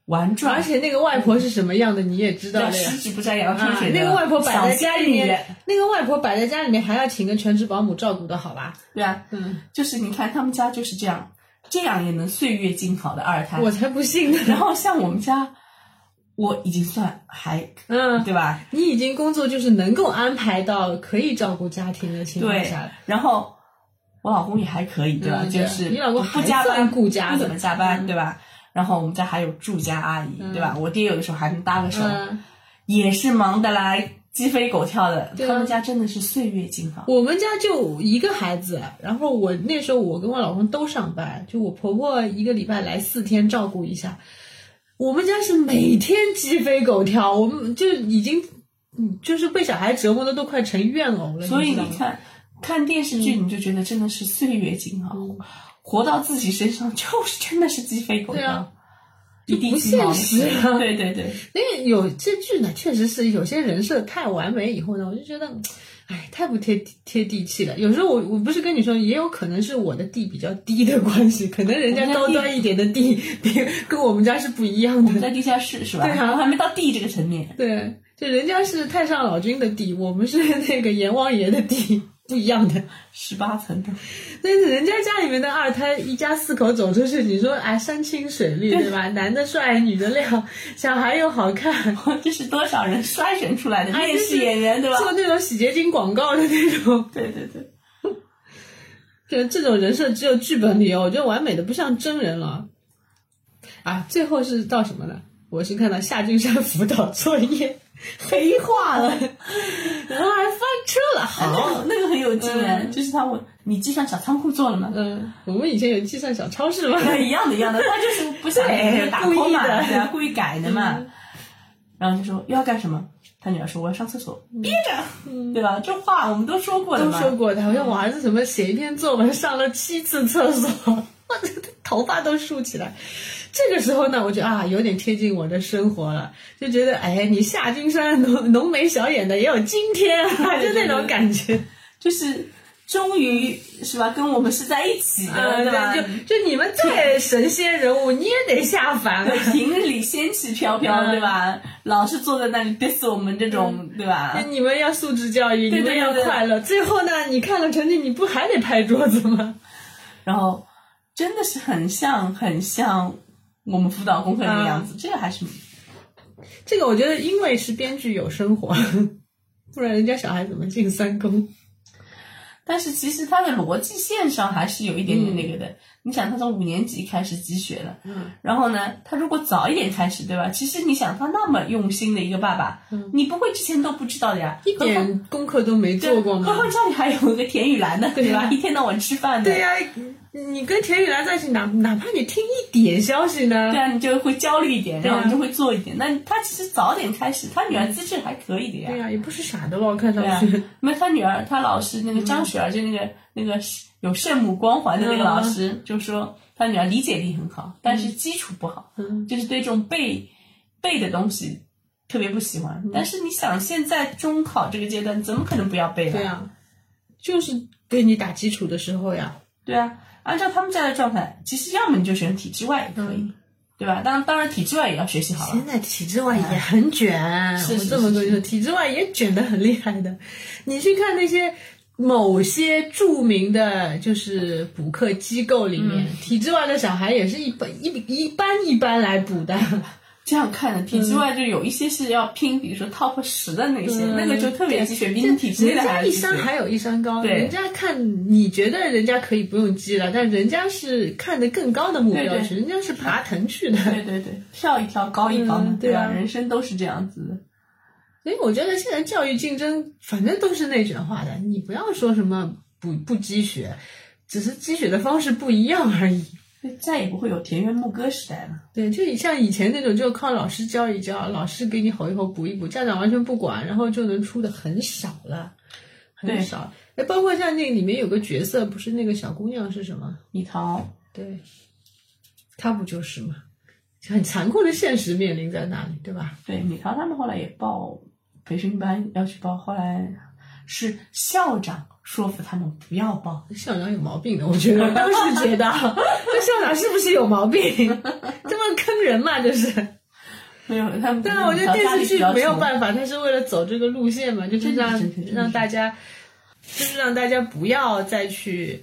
S1: 玩转，
S2: 而且那个外婆是什么样的，你也知道
S1: 叫
S2: 的呀
S1: 十。指不沾阳春
S2: 啊
S1: 水的
S2: 那个外婆摆在
S1: 小
S2: 家
S1: 仙
S2: 里
S1: 女
S2: 面，那个外婆摆在家里面还要请个全职保姆照顾的好吧？
S1: 对啊，
S2: 嗯，
S1: 就是你看他们家就是这样，这样也能岁月静好的二胎。
S2: 我才不信呢。
S1: 然后像我们家，我已经算还
S2: 嗯，
S1: 对吧？
S2: 你已经工作就是能够安排到可以照顾家庭的情况
S1: 对
S2: 下了。，
S1: 然后我老公也还可以，对吧？
S2: 嗯对
S1: 就是
S2: 你老公
S1: 不
S2: 还
S1: 加班，
S2: 算顾家的嗯
S1: 不怎么加班，对吧？然后我们家还有住家阿姨，对吧？我爹有的时候还能搭个手，
S2: 嗯，
S1: 也是忙得来鸡飞狗跳的。
S2: 对啊
S1: 他们家真的是岁月静好。
S2: 我们家就一个孩子，然后我那时候我跟我老公都上班，就我婆婆一个礼拜来四天照顾一下。我们家是每天鸡飞狗跳，我们就已经，嗯，就是被小孩折磨的都快成怨偶了。
S1: 所以
S2: 知道吗
S1: 你看，看电视剧你就觉得真的是岁月静好，
S2: 嗯
S1: 活到自己身上就是真的是鸡飞狗
S2: 对啊
S1: 跳，一地鸡毛的事
S2: 就不现实 啊
S1: 对对对，
S2: 那有这剧呢，确实是有些人设太完美以后呢，我就觉得，哎，太不贴贴地气了。有时候我我不是跟你说，也有可能是我的地比较低的关系，可能人家高端一点的 地比跟我们家是不一样
S1: 我们在
S2: 的。
S1: 地下室是吧？
S2: 对啊
S1: 我还没到地这个层面。
S2: 对，就人家是太上老君的地，我们是那个阎王爷的地，不一样的。
S1: 十八层的，
S2: 但是人家家里面的二胎一家四口走出去，你说哎，山清水绿对吧？男的帅，女的靓，小孩又好看，
S1: 这是多少人筛选出来的
S2: 哎
S1: 面试演员，对吧？
S2: 做那种洗洁精广告的那种。
S1: 对对对，
S2: 就这种人设只有剧本里哦有，我觉得完美的不像真人了。啊，最后是到什么呢？我是看到夏俊山辅导作业黑化了，然后还翻车了。好，
S1: 哦，那个很有劲哎，
S2: 嗯
S1: 就是他问你计算小仓库做了吗？
S2: 嗯，我们以前有计算小超 市嘛，
S1: 一样的，一样的，他就是 不想
S2: 对
S1: 就是打空嘛，
S2: 哎故意的嗯
S1: 对 啊，故意改的嘛。然后就说又要干什么？他女儿说我要上厕所，憋着，对吧？这话我们都说过的
S2: 嗯都
S1: 嘛。
S2: 说过的，好像我儿子什么写一篇作文上了七次厕所， 我这个头发都竖起来。这个时候呢，我觉得啊，有点贴近我的生活了，就觉得哎，你夏金山浓浓眉小眼的也有今天啊， 就那种感觉。
S1: 就是终于是吧，跟我们是在一起的，
S2: 嗯，
S1: 对吧？
S2: 对，就就你们再神仙人物，你也得下凡。
S1: 平日里仙气飘飘，
S2: 嗯
S1: 对吧？老是坐在那里 diss 我们这种，对吧？
S2: 你们要素质教育，你
S1: 对对
S2: 们要
S1: 对对
S2: 快乐。最后呢，你看了成绩，你不还得拍桌子吗？
S1: 然后真的是很像很像我们辅导功课的
S2: 嗯
S1: 样子，这个还是
S2: 这个我觉得，因为是编剧有生活， 不然人家小孩怎么进三公？
S1: 但是其实他的逻辑线上还是有一点点那个的。你想，他从五年级开始积雪了，
S2: 嗯，
S1: 然后呢，他如果早一点开始，对吧？其实你想，他那么用心的一个爸爸，
S2: 嗯
S1: 你不会之前都不知道的呀，
S2: 一点功课都没
S1: 对
S2: 做过
S1: 何
S2: 吗？
S1: 况家里还有个田雨岚呢，
S2: 对
S1: 对吧？
S2: 呀
S1: 一天到晚吃饭的，
S2: 对呀、你跟田雨岚在一起，哪哪怕你听一点消息呢
S1: 对，啊，你就会焦虑一点，
S2: 对啊
S1: 然后你就会做一点。那他其实早点开始，他女儿资质还可以的呀
S2: 对。呀、也不是傻的咯，看上
S1: 对啊
S2: 去。，
S1: 没有他女儿，他老师那个张雪儿，就
S2: 嗯
S1: 那个那个有圣母光环的那个老师，就说他女儿理解力很好，但是基础不好，
S2: 嗯
S1: 就是对这种背背的东西特别不喜欢。
S2: 嗯
S1: 但是你想，现在中考这个阶段，怎么可能不要背呢？
S2: 对啊呀、就是给你打基础的时候呀。
S1: 对啊，按照他们家的状态，其实要么你就选体制外也可以，
S2: 嗯
S1: 对吧？当当然，体制外也要学习好了
S2: 现。在体制外也很卷，
S1: 是是
S2: 我这么跟你
S1: 是
S2: 说，体制外也卷得很厉害的。你去看那些某些著名的，就是补课机构里面，体制外的小孩也是一本一一班一班来补的。
S1: 这样看的，体制外就有一些是要拼，比如说 top 十的那些，
S2: 嗯
S1: 那个就特别鸡血，比你体制内的
S2: 人家
S1: 还要
S2: 一
S1: 鸡血
S2: 山还有一山高，
S1: 对
S2: 人家看你觉得人家可以不用鸡了，但人家是看得更高的目标
S1: 对对
S2: 去，人家是爬藤去的。
S1: 对对对，跳一跳高一高嘛，
S2: 嗯
S1: 对
S2: 对
S1: 吧、
S2: 啊
S1: 人生都是这样子的，
S2: 所以我觉得现在教育竞争反正都是内卷化的，你不要说什么不不积雪，只是积雪的方式不一样而已。
S1: 就再也不会有田园牧歌时代了。
S2: 对，就像以前那种，就靠老师教一教，老师给你吼一吼、补一补，家长完全不管，然后就能出的很少了，
S1: 对
S2: 很少。哎，包括像那个里面有个角色，不是那个小姑娘是什么？
S1: 米桃，
S2: 对，她不就是吗？很残酷的现实面临在那里，对吧？
S1: 对米桃他们后来也报培训班要去报，后来是校长说服他们不要报，
S2: 校长有毛病的，我觉得，我当时觉得啊这校长是不是有毛病？ 这么坑人嘛，这是。
S1: 没有他们。
S2: 但啊是我觉得
S1: 米嗯桃家
S2: 电
S1: 里比
S2: 视剧
S1: 较
S2: 没有
S1: 穷嗯
S2: 办法，他是为了走这个路线嘛，就是让
S1: 真的是真的是
S2: 让大家，就是让大家不要再去，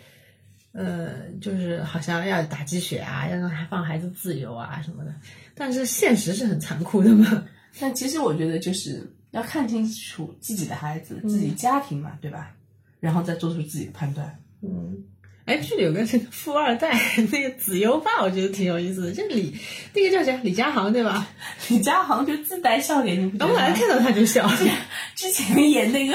S2: 呃，就是好像要打鸡血啊，要让他放孩子自由啊什么的。但是现实是很残酷的嘛。
S1: 但其实我觉得就是要看清楚自己的孩子、自己家庭嘛，对吧？然后再做出自己的判断。
S2: 嗯，哎，这里有个这个富二代，那个子优爸，我觉得挺有意思的。这李那个叫谁？李佳航对吧？
S1: 李佳航就自带笑点，你不觉
S2: 然
S1: 得
S2: 后我还
S1: 吗？
S2: 看到他就笑。
S1: 之前演那个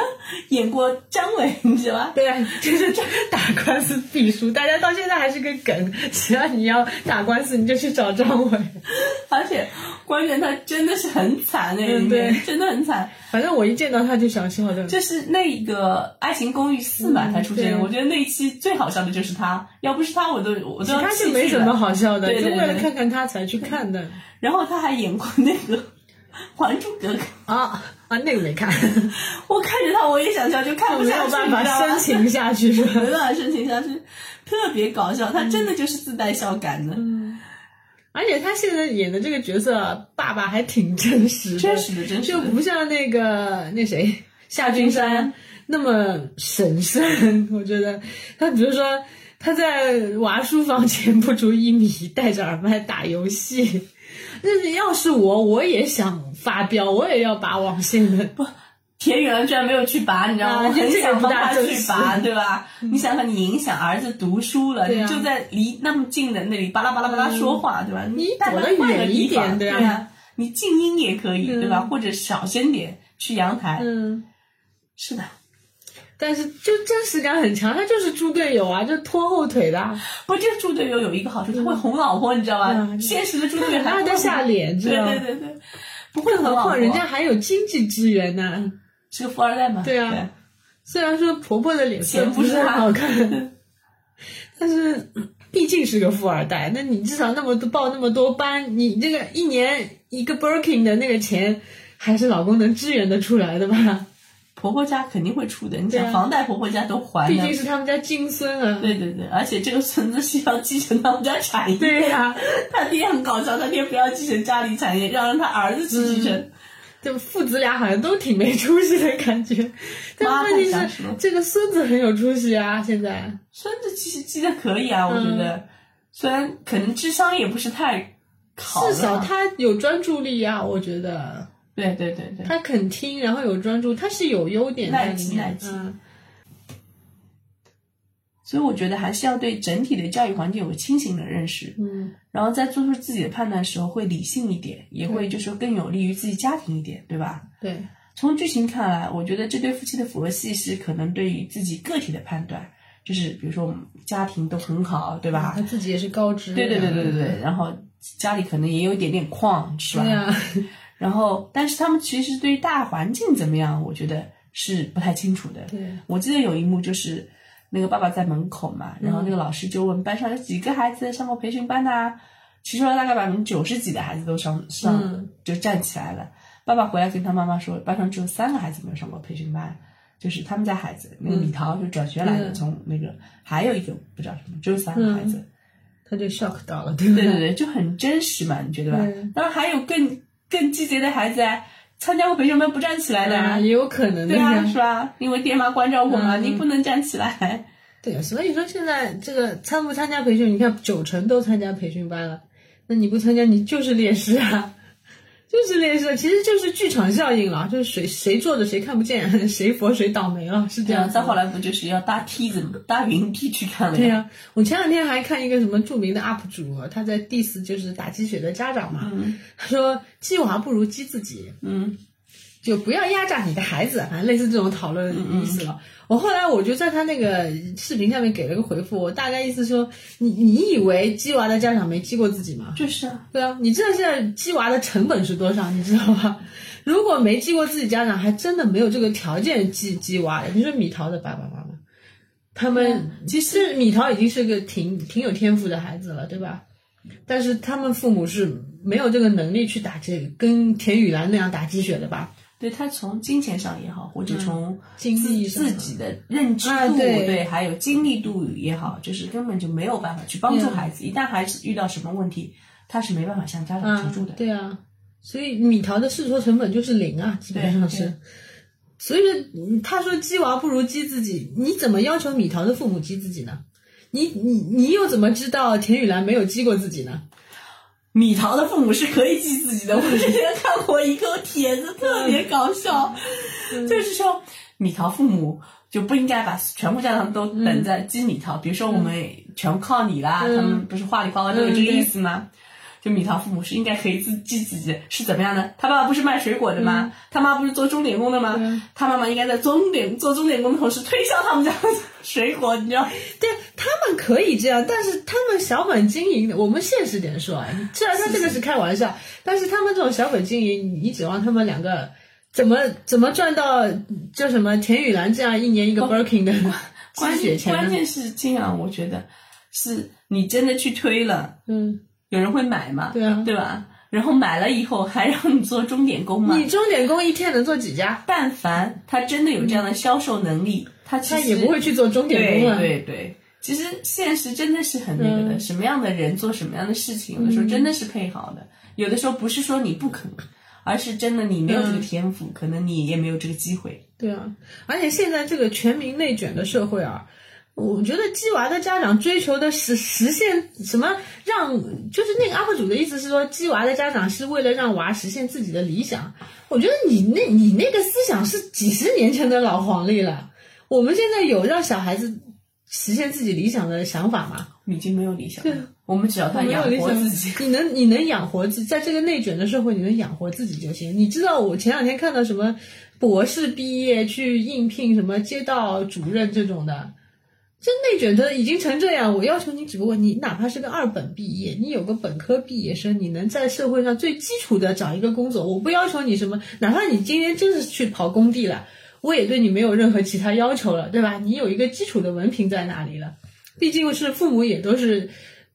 S1: 演过张伟，你知道吧？
S2: 对，啊就是 这打官司必输，大家到现在还是个梗。只要你要打官司，你就去找张伟。
S1: 而且关键他真的是很惨那个里
S2: 嗯
S1: 面，
S2: 对
S1: 真的很惨。
S2: 反正我一见到他就想笑的。
S1: 就是那个《爱情公寓四》嘛，
S2: 嗯
S1: 他出现的，
S2: 对
S1: 我觉得那一期最好笑的就是他，要不是他，我都我都
S2: 其
S1: 要
S2: 他
S1: 弃
S2: 是
S1: 剧
S2: 没什
S1: 了
S2: 么。好笑的，
S1: 对对
S2: 就为了
S1: 对
S2: 看看他才去看的。
S1: 哦然后他还演过那个《还珠格格》，
S2: 啊啊！啊，那个没 看，
S1: 我看着他我也想笑，就看不
S2: 没
S1: 下
S2: 有
S1: 去，
S2: 办法
S1: 你知道吗
S2: 深情下去是吧？
S1: 没办法深情下去，特别搞笑，他真的就是自带笑感的，
S2: 而且他现在演的这个角色，啊爸爸还挺真实的，
S1: 真实的，真实
S2: 就
S1: 的。
S2: 不像那个那谁夏君山那么神圣。我觉得他比如说他在娃书房前不足一米，戴着耳麦打游戏。那要是我，我也想发飙，我也要拔网线的。
S1: 田园居然没有去拔，你知道吗？
S2: 啊
S1: 我很
S2: 这个
S1: 想
S2: 不
S1: 帮
S2: 大
S1: 他
S2: 真
S1: 去
S2: 实嗯
S1: 拔，对吧？你想想，你影响儿子读书了，
S2: 对
S1: 你
S2: 啊嗯
S1: 就在离那么近的那里巴拉巴拉巴拉说话，对吧？
S2: 你
S1: 带
S2: 躲
S1: 他
S2: 得
S1: 换
S2: 远
S1: 个
S2: 一
S1: 地方
S2: 点
S1: 对
S2: 对啊
S1: 啊，你静音也可以，对吧？
S2: 嗯
S1: 或者小声点，去阳台。
S2: 嗯，
S1: 是的，
S2: 但是就真实感很强，他就是猪队友啊，就拖后腿的啊，
S1: 不，这个猪队友有一个好处，他会哄老婆，你知道吗？
S2: 嗯
S1: 现实的猪队友
S2: 很爱
S1: 还
S2: 在下脸，知
S1: 对
S2: 道吗
S1: 对？对对，不会
S2: 更
S1: 哄
S2: 何
S1: 老婆，
S2: 况人家还有经济支援呢。
S1: 是个富二代嘛。
S2: 对啊虽然说婆婆的脸色
S1: 钱不
S2: 不
S1: 是
S2: 是很
S1: 她
S2: 好看，但是嗯毕竟是个富二代，那你至少那么多报那么多班，你这个一年一个 Birkin 的那个钱，还是老公能支援得出 来的吧？
S1: 婆婆家肯定会出的，你
S2: 对啊
S1: 想房贷婆婆家都还
S2: 毕
S1: 呢
S2: 竟。是他们家金孙啊。
S1: 对对对，而且这个孙子是要继承他们家产业，
S2: 对呀、
S1: 他爹很搞笑，他爹不要继承家里产业，要让他儿子去继承。
S2: 嗯就父子俩好像都挺没出息的感觉。但问题
S1: 太想死
S2: 是
S1: 了，
S2: 这个孙子很有出息啊，现在。
S1: 孙子其实记得可以啊，我
S2: 嗯
S1: 觉得，虽然可能智商也不是太好了
S2: 至少他有专注力啊，我觉得
S1: 对对对对，
S2: 他肯听，然后有专注，他是有优点在
S1: 耐
S2: 里面。
S1: 心耐
S2: 嗯，
S1: 所以我觉得还是要对整体的教育环境有个清醒的认识，
S2: 嗯，
S1: 然后在做出自己的判断的时候会理性一点，也会
S2: 对
S1: 就是说更有利于自己家庭一点，对吧？
S2: 对，
S1: 从剧情看来，我觉得这对夫妻的佛系是可能对于自己个体的判断，就是比如说我们家庭都很好，对吧
S2: 嗯他？自己也是高知。啊
S1: 对对对对对对，然后家里可能也有一点点矿，是吧？
S2: 嗯对啊呀、
S1: 然后，但是他们其实对于大环境怎么样，我觉得是不太清楚的。
S2: 对，
S1: 我记得有一幕就是那个爸爸在门口嘛，然后那个老师就问班上有几个孩子上过培训班呐、其中大概百分之九十几的孩子都上上、
S2: 嗯
S1: 就站起来了。爸爸回来跟他妈妈说，班上只有三个孩子没有上过培训班，就是他们家孩子，那个李桃就转学来的，
S2: 嗯
S1: 从那个还有一个不知道什么，只有三个孩子。
S2: 他就 shock 到了，对不
S1: 嗯对对对，就很真实嘛，你觉得吧
S2: 对？
S1: 嗯然后还有更更鸡贼的孩子啊，参加过培训班不站起来的啊
S2: 啊，，也有可能的
S1: 对啊，
S2: 呀。
S1: 是吧？因为爹妈关照我嘛，
S2: 嗯
S1: 你不能站起来。
S2: 对啊，所以说现在这个参不参加培训，你看九成都参加培训班了，那你不参加，你就是劣势啊， 就是劣势，其实就是剧场效应了，就是谁谁坐着谁看不见， 谁佛谁倒霉了，是这
S1: 对啊，
S2: 样。
S1: 再后。来不就是要搭梯子 嘛、搭云梯去看了？
S2: 对啊呀、我前两天还看一个什么著名的 UP 主，他在 diss 就是打鸡血的家长嘛，他说鸡娃不如鸡自己，
S1: 嗯，
S2: 就不要压榨你的孩子，反正类似这种讨论意思
S1: 嗯
S2: 了。我后来我就在他那个视频下面给了个回复，我大概意思说，你你以为鸡娃的家长没鸡过自己吗？
S1: 就是啊，
S2: 对啊，你知道现在鸡娃的成本是多少，你知道吧？ 如果没鸡过自己家长，还真的没有这个条件鸡鸡娃。你说米桃的爸爸妈妈，他们其实米桃已经是个挺挺有天赋的孩子了，对吧？但是他们父母是没有这个能力去打这个跟田雨岚那样打鸡血的吧？
S1: 对他从金钱上也好，或者从
S2: 嗯经
S1: 自
S2: 历上
S1: 自己的认知
S2: 啊
S1: 度
S2: 对
S1: 对，还有精力度也好，就是根本就没有办法去帮助
S2: 嗯
S1: 孩子。一旦孩子遇到什么问题，他是没办法向家长求
S2: 啊
S1: 哦助的，。
S2: 对啊，所以米桃的试错成本就是零啊，基本上
S1: 对
S2: 是。所以说嗯他说鸡娃不如鸡自己，你怎么要求米桃的父母鸡自己呢？你你你又怎么知道田雨岚没有鸡过自己呢？
S1: 米桃的父母是可以记自己的。我之前看过一个帖子，特别搞笑，
S2: 嗯
S1: 就是说米桃父母就不应该把全部家长都等在记米桃，比如说我们全靠你啦，
S2: 嗯
S1: 他们不是话里话外都有
S2: 嗯
S1: 这个
S2: 对
S1: 意思吗？就米桃父母是应该可以自记自己的是怎么样呢？他爸爸不是卖水果的吗？他妈不是做钟点工的吗？
S2: 嗯
S1: 他妈妈应该在钟点做钟点工的同时推销他们家的水果，你知道？
S2: 对，他们可以这样，但是他们小本经营的，我们现实点说，啊，虽然他这个是开玩笑，但是他们这种小本经营，你指望他们两个怎么怎么赚到就什么田雨岚这样一年一个 Birkin 的
S1: 哦关
S2: 鸡血
S1: 键
S2: 钱呢？
S1: 关键是这样，我觉得是你真的去推了。
S2: 嗯。
S1: 有人会买嘛，
S2: 对啊
S1: 对吧？然后买了以后还让你做钟点工嘛。
S2: 你钟点工一天能做几家？
S1: 但凡他真的有这样的销售能力，他其
S2: 嗯他
S1: 实
S2: 也不会去做钟点
S1: 对
S2: 工了。啊
S1: 对对，其实现实真的是很那个的，
S2: 嗯
S1: 什么样的人做什么样的事情，有的时候真的是配好的，有的时候不是说你不肯，而是真的你没有这个
S2: 嗯
S1: 天赋，可能你也没有这个机会。
S2: 对啊，而且现在这个全民内卷的社会啊，我觉得鸡娃的家长追求的是实现什么让，就是那个 UP 主的意思是说，鸡娃的家长是为了让娃实现自己的理想。我觉得你那你那个思想是几十年前的老黄历了。我们现在有让小孩子实现自己理想的想法吗？
S1: 已经没有理想
S2: 对
S1: 了，我们只要
S2: 我
S1: 他
S2: 没有
S1: 养
S2: 理
S1: 活
S2: 想
S1: 自己。。
S2: 你能你能养活自己，在这个内卷的社会，你能养活自己就行。你知道我前两天看到什么博士毕业去应聘什么街道主任这种的，这内卷的已经成这样。我要求你，只不过你哪怕是个二本毕业，你有个本科毕业生，你能在社会上最基础的找一个工作。我不要求你什么，哪怕你今天真是去跑工地了，我也对你没有任何其他要求了，对吧？你有一个基础的文凭在哪里了？毕竟是父母也都是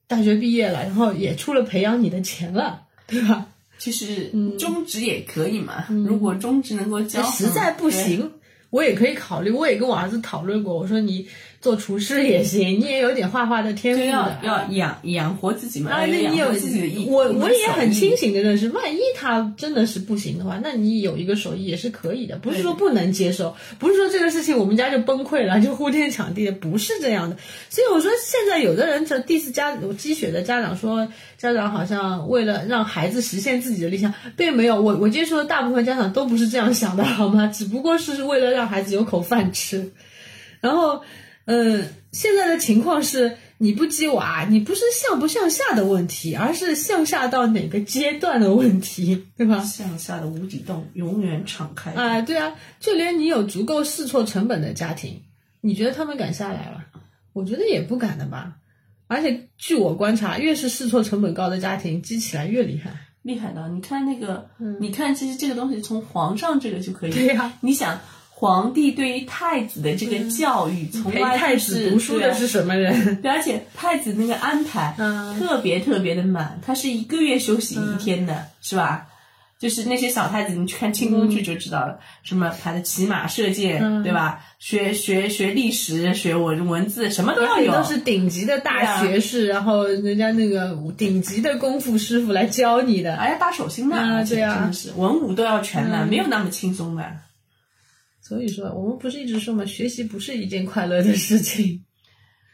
S2: 大学毕业了，然后也出了培养你的钱了，对吧？
S1: 其实
S2: 嗯
S1: 中职也可以嘛，
S2: 嗯
S1: 如果中职能够教，
S2: 实在不
S1: 哦对，
S2: 行，我也可以考虑。我也跟我儿子讨论过，我说你做厨师也行，你也有点画画的天赋
S1: 就
S2: 的
S1: 要
S2: 啊。
S1: 要养养活自己嘛，
S2: 啊，那
S1: 要
S2: 你
S1: 养
S2: 有
S1: 活自己的意，
S2: 我我也很
S1: 清
S2: 清
S1: 醒。
S2: 醒的认识，万一他真的是不行的话，那你有一个手艺也是可以的，不是说不能接受，不是说这个事情我们家就崩溃了，就呼天抢地的，不是这样的。所以我说，现在有的人这第四家有积雪的家长说，家长好像为了让孩子实现自己的理想，并没有。我我接触的大部分家长都不是这样想的，好吗？ 只不过是为了让孩子有口饭吃。然后，嗯，现在的情况是，你不鸡娃，你不是向不向下的问题，而是向下到哪个阶段的问题，对吧？
S1: 向下的无底洞永远敞开。
S2: 啊、对啊，就连你有足够试错成本的家庭，你觉得他们敢下来吗？我觉得也不敢的吧。而且据我观察，越是试错成本高的家庭，激起来越厉害。
S1: 厉害的，你看那个，
S2: 嗯
S1: 你看，其实这个东西从皇上这个就可以。
S2: 对呀嗯
S1: 你想，皇帝对于太子的这个教育，从
S2: 陪
S1: 来
S2: 太
S1: 就
S2: 子
S1: 是
S2: 读书的是
S1: 对啊
S2: 什么 人？
S1: 对而且太子那个安排，
S2: 嗯
S1: 特别特别的满，他是一个月休息一天的，是吧？就是那些小太子，你去看清宫剧就知道了，什么他的骑马射箭，
S2: 嗯
S1: 对吧？学学学历史，学文文字，什么都要
S2: 而且
S1: 有，
S2: 都是顶级的
S1: 对
S2: 大
S1: 啊
S2: 学士，然后人家那个顶级的功夫师傅来教你的。
S1: 哎呀，打手心的，
S2: 啊
S1: 而且
S2: 对啊
S1: 真的是文武都要全的，
S2: 嗯
S1: 没有那么轻松的。
S2: 所以说，我们不是一直说嘛，学习不是一件快乐的事情。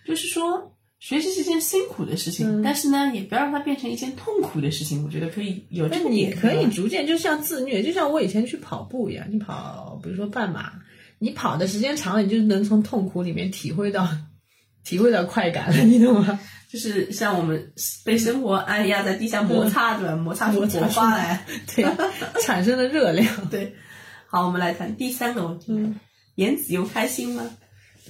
S1: 就是说，学习是一件辛苦的事情，
S2: 嗯
S1: 但是呢，也不要让它变成一件痛苦的事情。我觉得可以有这
S2: 但
S1: 个
S2: 你
S1: 点，
S2: 可以
S1: 对吧
S2: 逐渐，就像自虐，就像我以前去跑步一样，你跑，比如说半马，你跑的时间长了，你就能从痛苦里面体会到，体会到快感了，你懂吗？
S1: 就是像我们被生活按压在地下摩擦，对吧？摩擦出
S2: 嗯摩
S1: 火
S2: 擦
S1: 花来。
S2: 对，啊产生了热量。
S1: 对，好，我们来谈第三个问题：
S2: 嗯
S1: 言子由开心吗？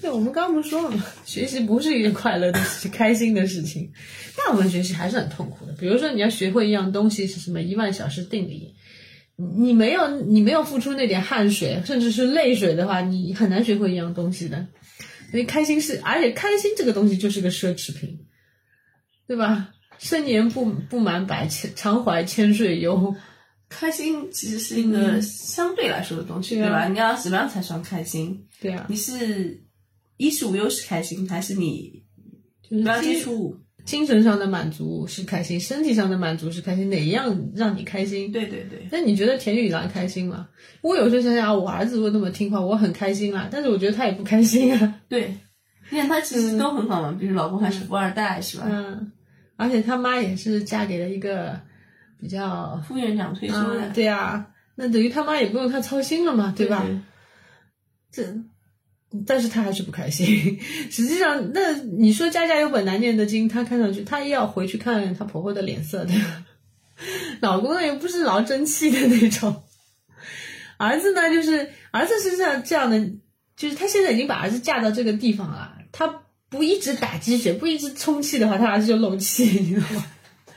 S2: 对，我们刚不是说了吗？ 学习不是一件快乐的事情，开心的事情。 大部分学习还是很痛苦的。比如说，你要学会一样东西是什么一万小时定理，你你没有你没有付出那点汗水，甚至是泪水的话，你很难学会一样东西的。所以开心是，而且开心这个东西就是个奢侈品，对吧？盛年不不满百千，常怀千岁忧。
S1: 开心其实是一个
S2: 嗯
S1: 相对来说的东西，
S2: 对啊
S1: 对吧？你要什么样才算开心？
S2: 对啊，
S1: 你是衣食无忧是开心，还是你
S2: 就是
S1: 不要
S2: 基
S1: 接触？
S2: 精神上的满足是开心，身体上的满足是开心，哪一样让你开心？
S1: 对对对，
S2: 那你觉得田雨岚开心吗？我有时候想想，啊，我儿子如果那么听话，我很开心啊啦。但是我觉得他也不开心啊。
S1: 对，你看他其实都很好嘛，比如老公还是富二代是吧？
S2: 嗯，而且他妈也是嫁给了一个比较……
S1: 副院长退休
S2: 啊
S1: 了，，
S2: 对啊，那等于他妈也不用他操心了嘛，对吧？这，但是他还是不开心。实际上，那你说家家有本难念的经，她看上去她也要回去看她婆婆的脸色的， 老公呢也不是老争气的那种，儿子呢就是儿子是这样这样的，就是他现在已经把儿子嫁到这个地方了，他不一直打鸡血，不一直充气的话，他儿子就漏气，你知道吗？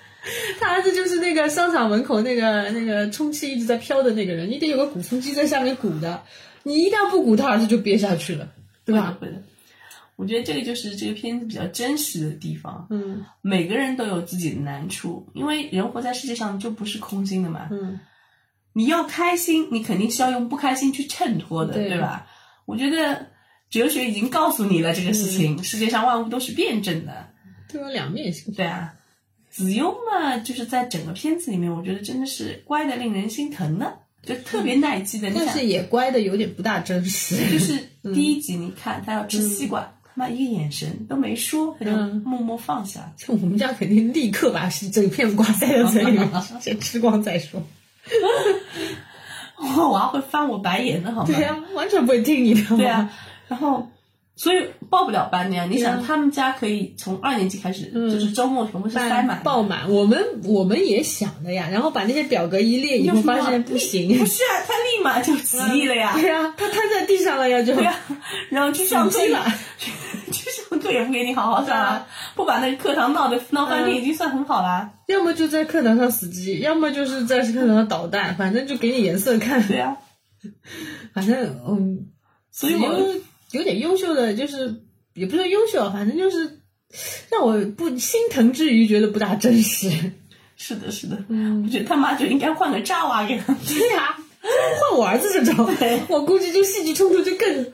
S2: 他儿子就是那个商场门口那个那个充气一直在飘的那个人，你得有个鼓风机在下面鼓的，你一旦不鼓，他儿子就憋下去了，对吧？
S1: 会的？我觉得这个就是这个片子比较真实的地方。
S2: 嗯
S1: 每个人都有自己的难处，因为人活在世界上就不是空心的嘛。
S2: 嗯，
S1: 你要开心，你肯定是要用不开心去衬托的，
S2: 对
S1: 对吧？我觉得哲学已经告诉你了这个事情，
S2: 嗯
S1: 世界上万物都是辩证的，
S2: 都有两面性。
S1: 对啊。子庸嘛，就是在整个片子里面，我觉得真的是乖的令人心疼的，就特别耐记的。你
S2: 但
S1: 想
S2: 是，也乖的有点不大真
S1: 就
S2: 实。
S1: 是第一集你看他要吃西瓜，他妈一个眼神都没说，他就
S2: 嗯
S1: 默默放下了。
S2: 就我们家肯定立刻把整片瓜塞到嘴里面， 先吃光再说。
S1: 哦我还会翻我白眼的好吗？
S2: 对呀、啊完全不会听你的。
S1: 对 啊，，然后所以报不了班的呀。你
S2: 对
S1: 想，
S2: 啊
S1: 他们家可以从二年级开始，
S2: 嗯
S1: 就是周末全部是塞满
S2: 办
S1: 的，
S2: 爆满，我们我们也想的呀，然后把那些表格一列以
S1: 有
S2: 后，
S1: 什么
S2: 发现
S1: 立
S2: 不啊行。
S1: 不是啊，他立马就起义了呀。
S2: 对呀、他瘫在地上了呀，就
S1: 对啊，然后去上课
S2: 死机 了，
S1: 去上课也不给你好好上啊，不把那个课堂闹得闹翻天，已经算很好啦。
S2: 要么就在课堂上死机，要么就是在课堂上捣蛋，反正就给你颜色看。
S1: 对啊，
S2: 反正嗯，
S1: 所以我
S2: 有有点优秀的，就是也不是说优秀，啊反正就是让我不心疼之余，觉得不大真实。
S1: 是的，是的，我
S2: 嗯，
S1: 觉得他妈就应该换个炸娃给他。
S2: 对呀、 换我儿子这种
S1: 对，
S2: 我估计就戏剧冲突就更。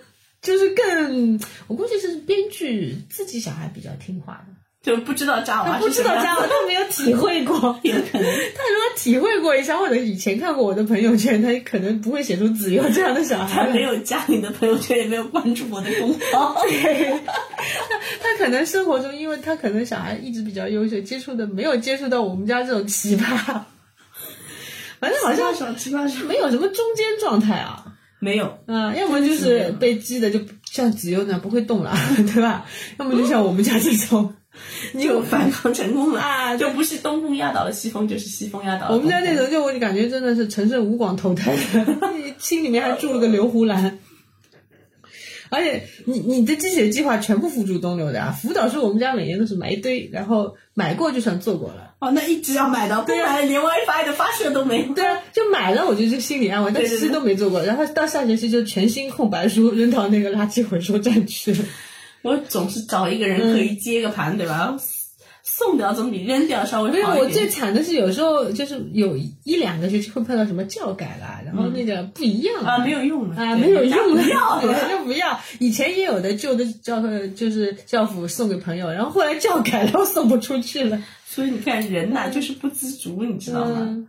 S2: 就是更，我估计是编剧自己小孩比较听话的，
S1: 就不知道炸
S2: 他
S1: 娃
S2: 啊不
S1: 是
S2: 知
S1: 什么
S2: 道
S1: 样子，
S2: 家，我都没有体会过。 他
S1: 有可能。
S2: 如果体会过一下，或者以前看过我的朋友圈，他可能不会写出子悠这样的小
S1: 他
S2: 孩来。
S1: 没有加你的朋友圈，也没有关注我的公 号。
S2: 他可能生活中，因为他可能小孩一直比较优秀，接触的没有接触到我们家这种奇葩，反正好像
S1: 少，奇葩少。
S2: 没有什么中间状态啊。
S1: 没有，
S2: 嗯，要么就是被激的就像子悠那样不会动了， 对吧？要么就像我们家这种，你
S1: 就
S2: 有
S1: 反抗成功了
S2: 啊
S1: 就不是东风压倒了西风，就是西风压倒了
S2: 我
S1: 东风。
S2: 们家那种，就我就感觉真的是陈胜吴广投胎的， 心里面还住了个刘胡兰。而且你你的鸡血计划全部付诸东流的啊！辅导书我们家每年都是买一堆，然后买过就算做过了。
S1: 哦，那一直要买到，不然连 WiFi 的发射都没有。
S2: 对啊，就买了我就就心里安慰，但
S1: 对
S2: 其
S1: 对
S2: 实都没做过。然后到下学期就全新空白书扔到那个垃圾回收站去了。
S1: 我总是找一个人可以接个盘，对吧？送掉总比扔掉稍微
S2: 没有，
S1: 好
S2: 我
S1: 一
S2: 最
S1: 点。
S2: 惨的是有时候就是有一两个学期会碰到什么教改啦，然后那个不一样
S1: 啊，没有用了
S2: 啊，没有用了，
S1: 不要了。
S2: 就不要。 以前也有的旧的教就是教辅送给朋友，然后后来教改了，送不出去了，
S1: 所以你看，人呐、就是不知足，你知道吗？
S2: 嗯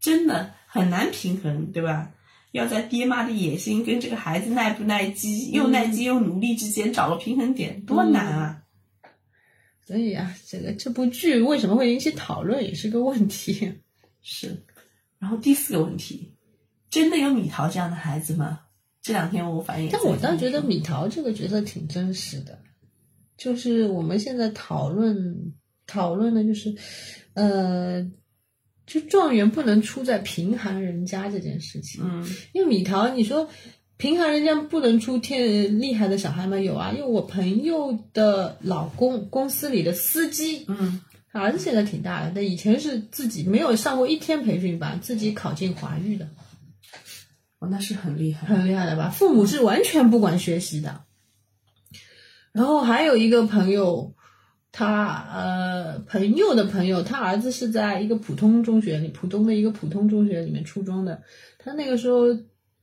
S1: 真的很难平衡，对吧？要在爹妈的野心跟这个孩子耐不耐饥、又耐饥又努力之间找个平衡点，多难啊！
S2: 所以啊，这个这部剧为什么会引起讨论也是个问题。
S1: 是。然后第四个问题，真的有米桃这样的孩子吗？这两天我反映，
S2: 但我倒觉得米桃这个角色挺真实的，就是我们现在讨论讨论的就是，呃，就状元不能出在贫寒人家这件事情。
S1: 嗯，
S2: 因为米桃，你说平常人家不能出天厉害的小孩吗？有啊，因为我朋友的老公公司里的司机，
S1: 嗯
S2: 儿子现在挺大了，但以前是自己没有上过一天培训班，自己考进华育的，
S1: 哦，那是很厉害，
S2: 很厉害的吧？父母是完全不管学习的。然后还有一个朋友，他呃朋友的朋友，他儿子是在一个普通中学里，浦东的一个普通中学里面初中的，他那个时候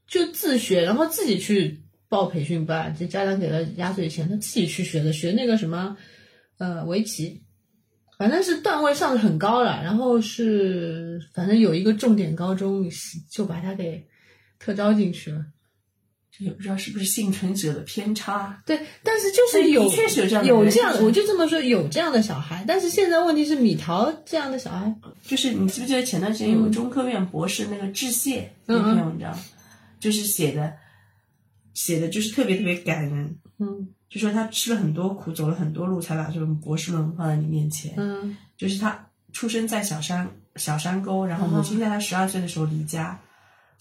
S2: 就自学，然后自己去报培训班，就家长给了压岁钱，他自己去学的，学那个什么呃围棋，反正是段位上的很高了，然后是反正有一个重点高中就把他给特招进去了。
S1: 这也不知道是不是幸存者的偏差。
S2: 对，但是就
S1: 但
S2: 是有
S1: 的确是有这样的
S2: 有
S1: 人
S2: 这样
S1: 就是
S2: 我就这么说有这样的小孩，但是现在问题是米桃这样的小孩，
S1: 就是你记不记得前段时间有个
S2: 嗯
S1: 中科院博士那个致谢
S2: 嗯
S1: 那篇
S2: 嗯
S1: 文章，就是写的写的就是特别特别感人，
S2: 嗯
S1: 就说他吃了很多苦，走了很多路，才把这种博士论文放在你面前。
S2: 嗯
S1: 就是他出生在小山小山沟，然后母
S2: 嗯
S1: 亲在他十二岁的时候离家，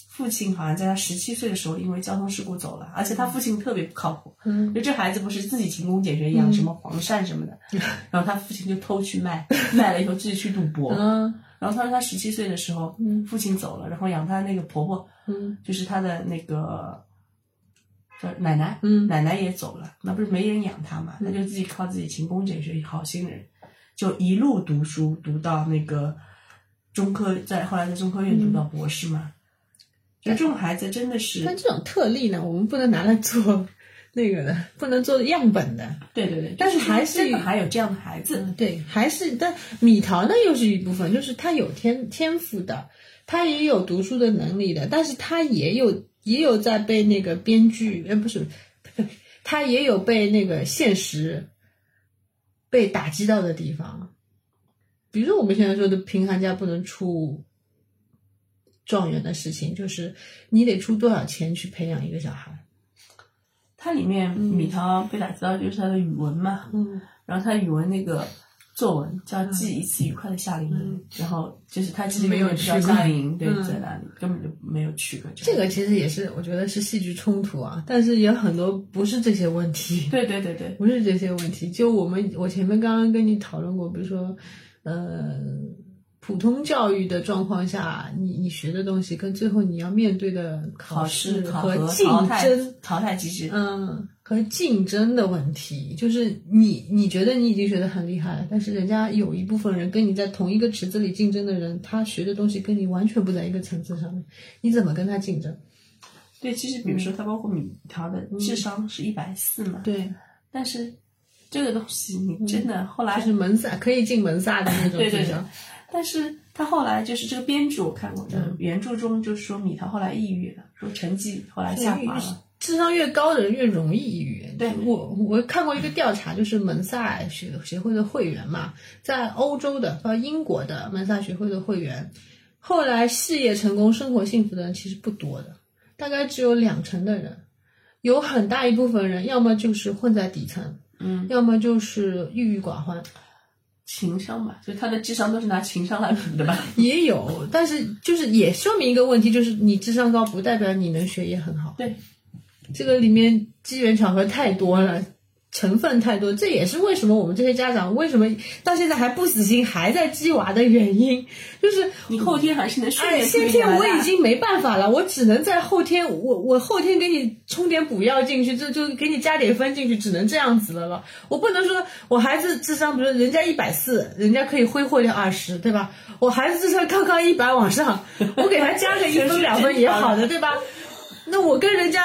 S1: 父亲好像在他十七岁的时候因为交通事故走了，而且他父亲特别不靠谱，
S2: 嗯，
S1: 就这孩子不是自己勤工俭学养
S2: 嗯
S1: 什么黄鳝什么 的，然后他父亲就偷去卖，卖了以后自己去赌博，
S2: 嗯
S1: 然后他说他十七岁的时候
S2: 嗯
S1: 父亲走了，然后养他那个婆婆
S2: 嗯
S1: 就是他的那个说奶奶，
S2: 嗯
S1: 奶奶也走了，那不是没人养她嘛，那就自己靠自己勤工俭学，好心人，就一路读书读到那个中科，在后来在中科院读到博士嘛。就这种孩子真的是，
S2: 嗯但这种特例呢，我们不能拿来做那个的，不能做样本的。
S1: 对对对，
S2: 但是还是
S1: 真的还有这样的孩子，
S2: 嗯，对，还是但米桃呢又是一部分，就是他有天天赋的，他也有读书的能力的，但是他也有也有在被那个编剧，呃，不是， 他也有被那个现实被打击到的地方，比如说我们现在说的贫寒家不能出状元的事情，就是你得出多少钱去培养一个小孩，
S1: 它里面米桃被打击到就是他的语文嘛，
S2: 嗯，
S1: 然后他语文那个作文叫《记一次愉快的夏令营》，然后就是他其实
S2: 嗯没有
S1: 根本不知道
S2: 去过
S1: 夏令营对
S2: 嗯
S1: 在哪里，根本就没有去过。
S2: 这个其实也是我觉得是戏剧冲突啊，但是也有很多不是这些问题，
S1: 对对对对，
S2: 不是这些问题，就我们我前面刚刚跟你讨论过，比如说，呃，普通教育的状况下，你你学的东西跟最后你要面对的
S1: 考试、
S2: 试
S1: 考
S2: 和
S1: 核、
S2: 竞
S1: 淘汰
S2: 争，、
S1: 淘汰机制，
S2: 嗯，和竞争的问题，就是你你觉得你已经学得很厉害了，但是人家有一部分人跟你在同一个池子里竞争的人，他学的东西跟你完全不在一个层次上面，你怎么跟他竞争？
S1: 对，其实比如说他包括米桃的智商是一百四嘛，
S2: 对，
S1: 但是这个东西你真的后来
S2: 就是门萨可以进门萨的那种
S1: 对对
S2: 学校，
S1: 但是他后来就是这个编剧，我看过的原著中就是说米桃后来抑郁了，说成绩后来下滑了。
S2: 智商越高的人越容易抑郁。
S1: 对
S2: 我我看过一个调查，就是门萨学协会的会员嘛，在欧洲的，包括英国的门萨学会的会员，后来事业成功、生活幸福的人其实不多的，大概只有两成的人，有很大一部分人要么就是混在底层，
S1: 嗯，
S2: 要么就是郁郁寡欢。
S1: 情商吧，就他的智商都是拿情商来补的吧？
S2: 也有，但是就是也说明一个问题，就是你智商高不代表你能学也很好。
S1: 对，
S2: 这个里面机缘巧合太多了，成分太多，这也是为什么我们这些家长为什么到现在还不死心，还在鸡娃的原因，就是
S1: 你后天还是能顺
S2: 哎，
S1: 利
S2: 先天我已经没办法了，我只能在后天，我我后天给你充点补药进去，就就给你加点分进去，只能这样子了了。我不能说我孩子智商，比如说人家一百四，人家可以挥霍掉二十，对吧？我孩子智商刚刚一百往 上，我给他加个一
S1: 这是
S2: 分两分
S1: 正
S2: 也
S1: 常的
S2: 好的，对吧？那我跟人家。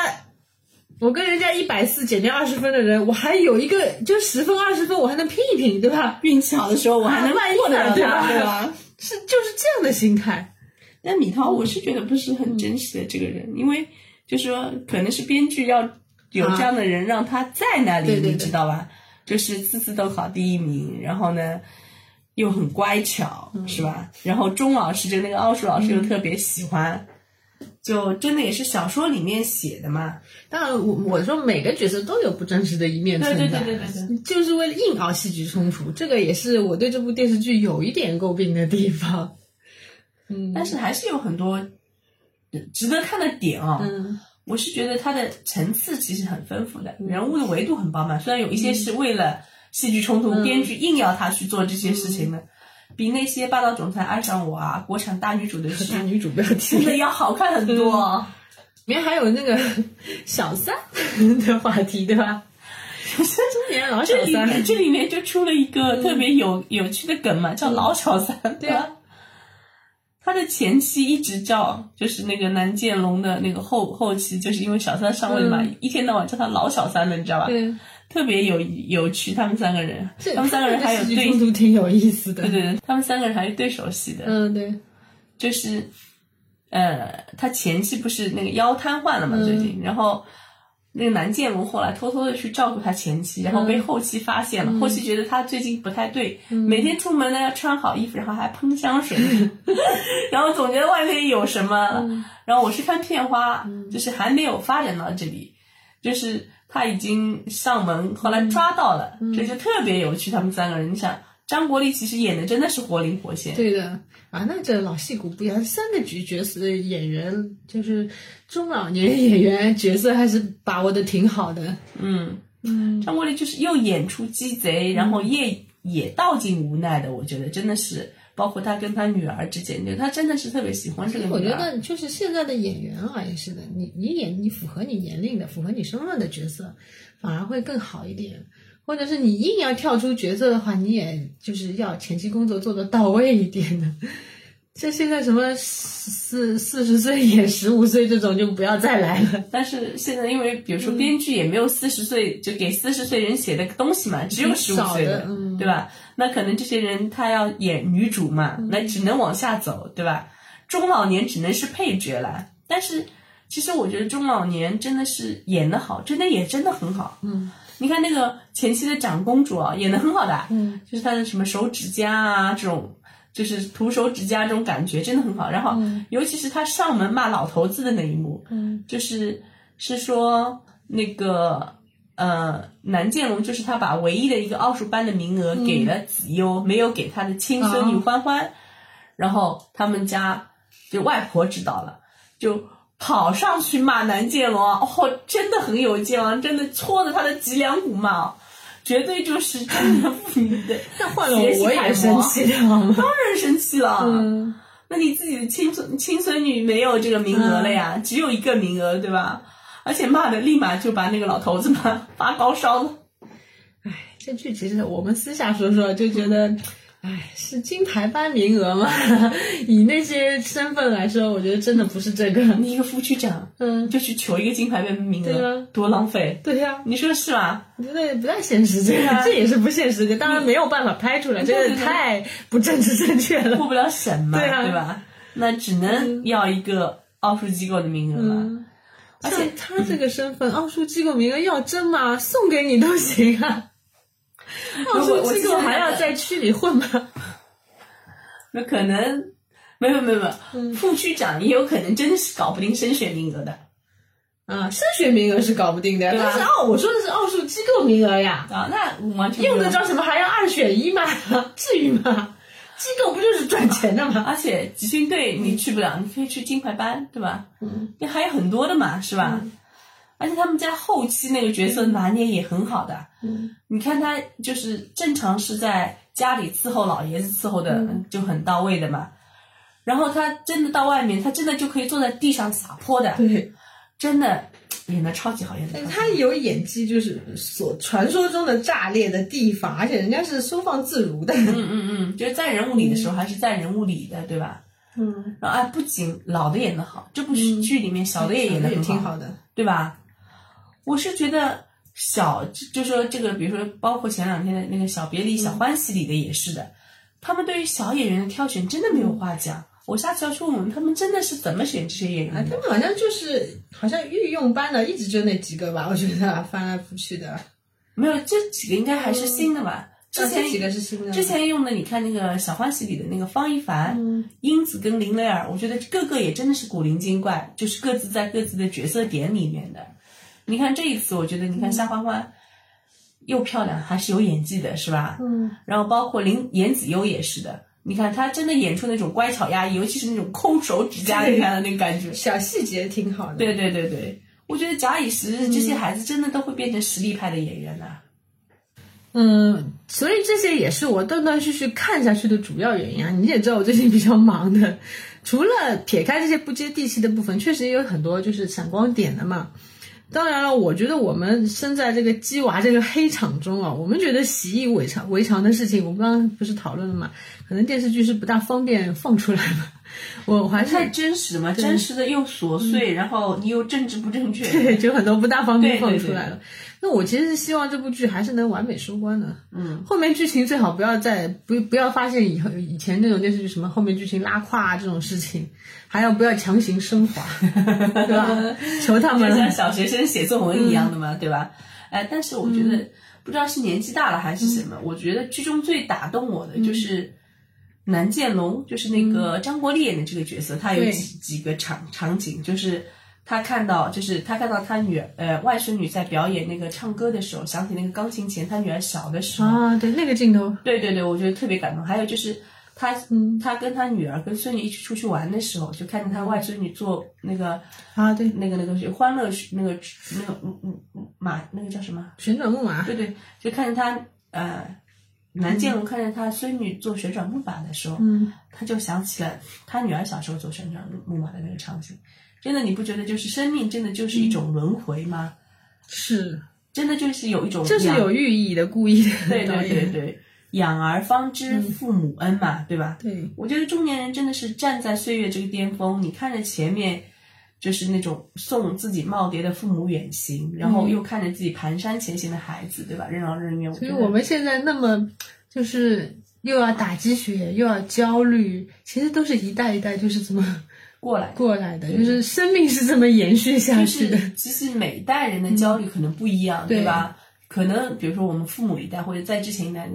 S2: 我跟人家一百四减掉二十分的人，我还有一个就十分二十分，我还能拼一拼，对吧？
S1: 运气好的时候，我还能
S2: 万一
S1: 过得了
S2: 呢，对
S1: 他，
S2: 吧？
S1: 对吧？？
S2: 是就是这样的心态，
S1: 但米涛，我是觉得不是
S2: 嗯
S1: 很珍惜的这个人，因为就说可能是编剧要有这样的人让他在那里，
S2: 啊对对
S1: 你
S2: 对
S1: 知道吧？就是次次都考第一名，然后呢又很乖巧，
S2: 嗯
S1: 是吧？然后钟老师就那个奥数老师又特别喜欢，就真的也是小说里面写的嘛。
S2: 当然我，我说每个角色都有不真实的一面存在，啊
S1: 对对对对
S2: 就是为了硬熬戏剧冲突，这个也是我对这部电视剧有一点诟病的地方。嗯
S1: 但是还是有很多呃值得看的点啊、
S2: 嗯，
S1: 我是觉得它的层次其实很丰富的，人物的维度很饱满。虽然有一些是为了戏剧冲突，
S2: 嗯
S1: 编剧硬要他去做这些事情的，比那些霸道总裁爱上我啊、国产大女主的
S2: 和
S1: 剧
S2: 大女主不要
S1: 真
S2: 提，
S1: 的
S2: 里
S1: 要好看很多哦。
S2: 面还有那个小三的话题，对吧？中年老小
S1: 这 里面
S2: 三，
S1: 这里面就出了一个特别有、有趣的梗嘛，叫老小三，
S2: 对啊。
S1: 他的前妻一直叫，就是那个南建龙的那个后后妻，就是因为小三上位嘛，
S2: 嗯
S1: 一天到晚叫他老小三的，你知道吧？
S2: 对，
S1: 特别有有趣，他们三个人，
S2: 这
S1: 他们三个人还有
S2: 这戏
S1: 对
S2: 剧冲突挺有意思的。
S1: 对对对，他们三个人还是对手戏的，
S2: 嗯，对，
S1: 就是，呃，他前妻不是那个腰瘫痪了嘛，最近，然后那个南建龙后来偷偷的去照顾他前妻，然后被后妻发现了，后妻觉得他最近不太对，每天出门呢要穿好衣服，然后还喷香水，然后总觉得外面有什么，然后我是看片花，就是还没有发展到这里，就是他已经上门，后来抓到了，这就特别有趣，他们三个人，你想。张国立其实演的真的是活灵活现，
S2: 对的啊，那这老戏骨不一样，三个角角色演员就是中老年演员角色还是把握的挺好的。
S1: 嗯，
S2: 嗯，
S1: 张国立就是又演出鸡贼，然后夜也道尽无奈的，我觉得真的是，包括他跟他女儿之间，就他真的是特别喜欢这个女儿。
S2: 我觉得就是现在的演员啊，也是的，你你演你符合你年龄的、符合你身份的角色，反而会更好一点。或者是你硬要跳出角色的话，你也就是要前期工作做得到位一点的。像现在什么四四十岁演十五岁这种，就不要再来了。
S1: 但是现在因为比如
S2: 嗯
S1: 说编剧也没有四十岁、就给四十岁人写的东西嘛，只有十五岁
S2: 少的嗯
S1: 对吧？那可能这些人他要演女主嘛，
S2: 嗯
S1: 那只能往下走，对吧？中老年只能是配角了。但是其实我觉得中老年真的是演得好，真的也真的很好。
S2: 嗯
S1: 你看那个前期的长公主啊，演得很好的，
S2: 嗯
S1: 就是她的什么手指甲啊这种，就是涂手指甲这种感觉真的很好。然后、
S2: 嗯
S1: 尤其是她上门骂老头子的那一幕，
S2: 嗯
S1: 就是是说那个呃，南建龙就是他把唯一的一个奥数班的名额给了子悠，没有给他的亲孙女
S2: 嗯哦
S1: 欢欢，然后他们家就外婆知道了，就。跑上去骂南建龙啊！哦，真的很有劲啊！真的戳着他的脊梁骨骂哦，绝对就是真的 妇女的。
S2: 但换了我我也生气的好吗？
S1: 当然生气了。
S2: 嗯，
S1: 那你自己的亲孙亲孙女没有这个名额了
S2: 嗯
S1: 呀，只有一个名额，对吧？而且骂的立马就把那个老头子 骂发高烧了。
S2: 这剧其实我们私下说说，就觉得，哎，是金牌班名额吗？ 以那些身份来说，我觉得真的不是这个。
S1: 你一个副区长
S2: 嗯，
S1: 就去求一个金牌杯名
S2: 对
S1: 额
S2: 啊，
S1: 多浪费！
S2: 对呀、
S1: 你说是吧？
S2: 我觉得不太现实，这个、这也是不现实的，当然没有办法拍出来，这
S1: 对
S2: 个
S1: 对对
S2: 太不政治正确了。
S1: 过不了审嘛，
S2: 对啊
S1: 吧？那只能要一个奥数机构的名额了。
S2: 嗯，
S1: 而
S2: 而
S1: 且
S2: 且他这个身份，奥数机构名额要争嘛，送给你都行啊。 奥
S1: 如果
S2: 数
S1: 我
S2: 机
S1: 记得
S2: 构还要在区里混吗？
S1: 那可能没有没有没有，
S2: 嗯
S1: 副区长也有可能真的是搞不定升学名额的
S2: 啊，升学名额是搞不定的，
S1: 对吧
S2: 但是奥，我说的是奥数机构名额呀。
S1: 啊，那完全不
S2: 用
S1: 用
S2: 得着什么还要二选一吗？ 至于吗？机构不就是赚钱的吗？
S1: 而且集训队你去不了，你可以去金牌班，对吧？
S2: 嗯，
S1: 那还有很多的嘛，是吧？而且他们家后期那个角色拿捏也很好的，
S2: 嗯
S1: 你看他就是正常是在家里伺候老爷子伺候的
S2: 嗯
S1: 就很到位的嘛，然后他真的到外面，他真的就可以坐在地上撒泼的，
S2: 对，
S1: 真的演的超级好，演的
S2: 但他有演技，就是所传说中的炸裂的地方，而且人家是收放自如的。
S1: 嗯嗯嗯，就是在人物里的时候还是在人物里的，对吧？
S2: 嗯，
S1: 然后哎，不仅老的演的好，这部剧里面小的也演的
S2: 也
S1: 很
S2: 挺好的。
S1: 对吧？我是觉得小，就就说这个，比如说包括前两天的那个《小别离》《
S2: 嗯
S1: 小欢喜》里的也是的，他们对于小演员的挑选真的没有
S2: 嗯
S1: 话讲。我下次要去问问他们真的是怎么选这些演
S2: 啊，
S1: 员
S2: 他
S1: 的。
S2: 们好像就是好像御用班的，一直就那几个吧，我觉得翻来覆去的。
S1: 没有，这几个应该还是新的吧？之
S2: 啊
S1: 前
S2: 嗯这几个是新的，
S1: 之前用的，你看那个《小欢喜》里的那个方一凡、
S2: 嗯
S1: 英子跟林蕾儿，我觉得个个也真的是古灵精怪，就是各自在各自的角色点里面的。你看这一次，我觉得你
S2: 嗯
S1: 看夏欢欢又漂亮，还是有演技的，是吧？
S2: 嗯
S1: 然后包括林严子悠也是的，你看她真的演出那种乖巧压抑，尤其是那种抠手指甲，
S2: 对
S1: 你看的那个感觉。
S2: 小细节挺好的。
S1: 对对对对，我觉得假以时日，这些孩子真的都会变成实力派的演员呐、
S2: 嗯，所以这些也是我断断续续看下去的主要原因啊。你也知道我最近比较忙的，除了撇开这些不接地气的部分，确实也有很多就是闪光点的嘛。当然了，我觉得我们身在这个鸡娃这个黑场中啊，我们觉得习以为常为常的事情，我们刚刚不是讨论了嘛？可能电视剧是不大方便放出来嘛。我还是嗯
S1: 太真实嘛，真实的又琐碎，然后又政治不正确。
S2: 对， 就很多不大方便
S1: 对
S2: 放
S1: 对
S2: 出
S1: 对
S2: 来了。那我其实是希望这部剧还是能完美收官的。
S1: 嗯，
S2: 后面剧情最好不要再不不要发现以后以前那种电视剧什么后面剧情拉胯啊这种事情，还有不要强行升华， 对吧？求他们嗯
S1: 就像 小
S2: 了。
S1: 学生写作文一样的嘛，对吧？哎，但是我觉
S2: 嗯
S1: 得、不知道是年纪大了还是什么，我觉得剧中最打动我
S2: 嗯
S1: 的就是南建龙，就是那个张国立演的这个角色，他有
S2: 对
S1: 几几个场场景，就是他看到，就是他看到他女儿呃外孙女在表演那个唱歌的时候，想起那个钢琴前他女儿小的时候，
S2: 啊，对，那个镜头，
S1: 对对对，我觉得特别感动。还有就是他，
S2: 嗯
S1: 他跟他女儿跟孙女一起出去玩的时候，就看见他外孙女坐那个
S2: 啊，对，
S1: 那个那个欢乐那个那个嗯嗯嗯马那个叫什么？
S2: 旋转木马，
S1: 对对，就看见他呃南建荣看见他孙女做旋转木马的时候，
S2: 嗯，
S1: 他就想起了他女儿小时候做旋转木马的那个场景。真的，你不觉得就是生命真的就是一种轮回吗？
S2: 是，
S1: 真的就是有一种
S2: 这是
S1: 养
S2: 有寓意的，故意的
S1: 对
S2: 导
S1: 对对
S2: 演，
S1: 对，养儿方知父母恩嘛，对吧？
S2: 对，
S1: 我觉得中年人真的是站在岁月这个巅峰，你看着前面就是那种送自己耄耋的父母远行，然后又看着自己蹒跚前行的孩子，对吧？任劳任怨。
S2: 嗯所以
S1: 觉得
S2: 我们现在那么就是又要打鸡血，又要焦虑，其实都是一代一代就是这么
S1: 过来。
S2: 过来的，就是生命是这么延续下
S1: 就
S2: 去
S1: 是
S2: 的。嗯
S1: 其实每一代人的焦虑可能不一样，
S2: 对
S1: 对吧？可能比如说我们父母一代或者在之前一代，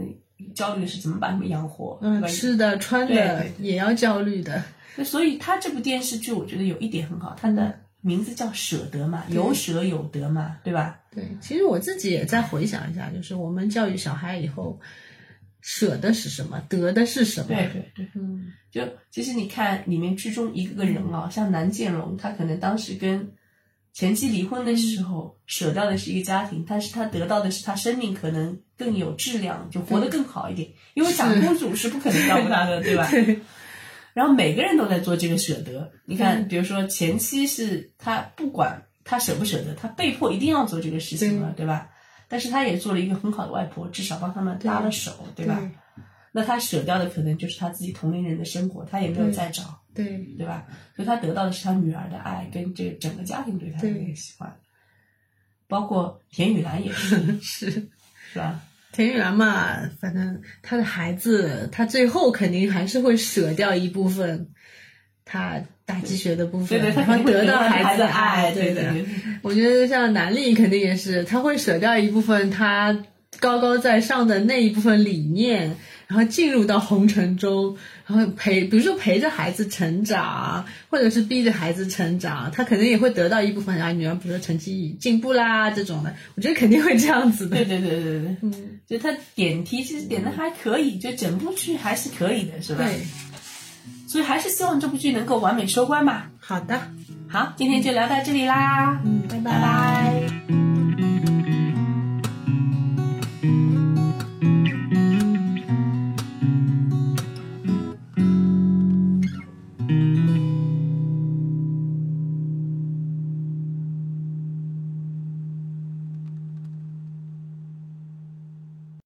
S1: 焦虑的是怎么把他们养活，对
S2: 嗯，
S1: 吧？
S2: 吃的、穿
S1: 对
S2: 的
S1: 对
S2: 也要焦虑的，
S1: 那所以他这部电视剧，我觉得有一点很好，它
S2: 嗯
S1: 的名字叫《舍得》嘛，有舍有得嘛，对吧？
S2: 对，其实我自己也在回想一下，就是我们教育小孩以后，舍的是什么，得的是什么？
S1: 对对，
S2: 嗯，
S1: 就其实你看里面剧中一个个人啊、像南建荣，他可能当时跟前妻离婚的时候，舍掉的是一个家庭，但是他得到的是他生命可能更有质量，就活得更好一点，因为长公主是不可能照顾他 的，对吧？然后每个人都在做这个舍得。你看，比如说前期是他不管他舍不舍得，他被迫一定要做这个事情了，对吧？但是他也做了一个很好的外婆，至少帮他们搭了手，对吧？那他舍掉的可能就是他自己同龄人的生活，他也没有
S2: 对
S1: 再找，
S2: 对，
S1: 对吧？所以他得到的是他女儿的爱跟这整个家庭对他的那个喜欢，包括田雨岚也是，
S2: 是
S1: 是吧？
S2: 田雨岚嘛，反正她的孩子，她最后肯定还是会舍掉一部分，她打鸡血的部
S1: 对
S2: 分，
S1: 对，他
S2: 然后
S1: 肯定会
S2: 到
S1: 到
S2: 孩
S1: 孩
S2: 子
S1: 的爱，
S2: 对
S1: 对
S2: 的。
S1: 对。
S2: 我觉得像南丽肯定也是，他会舍掉一部分他高高在上的那一部分理念，然后进入到红尘中，然后陪，比如说陪着孩子成长，或者是逼着孩子成长，他肯定也会得到一部分啊，女儿比如说成绩进步啦这种的，我觉得肯定会这样 子的
S1: 对。对对对对，
S2: 嗯，
S1: 就他点题其实点的还可以，就整部剧还是可以的，是吧？
S2: 对，
S1: 所以还是希望这部剧能够完美收官吧。
S2: 好的，
S1: 好，今天就聊到这里啦，
S2: 嗯，拜
S1: 拜拜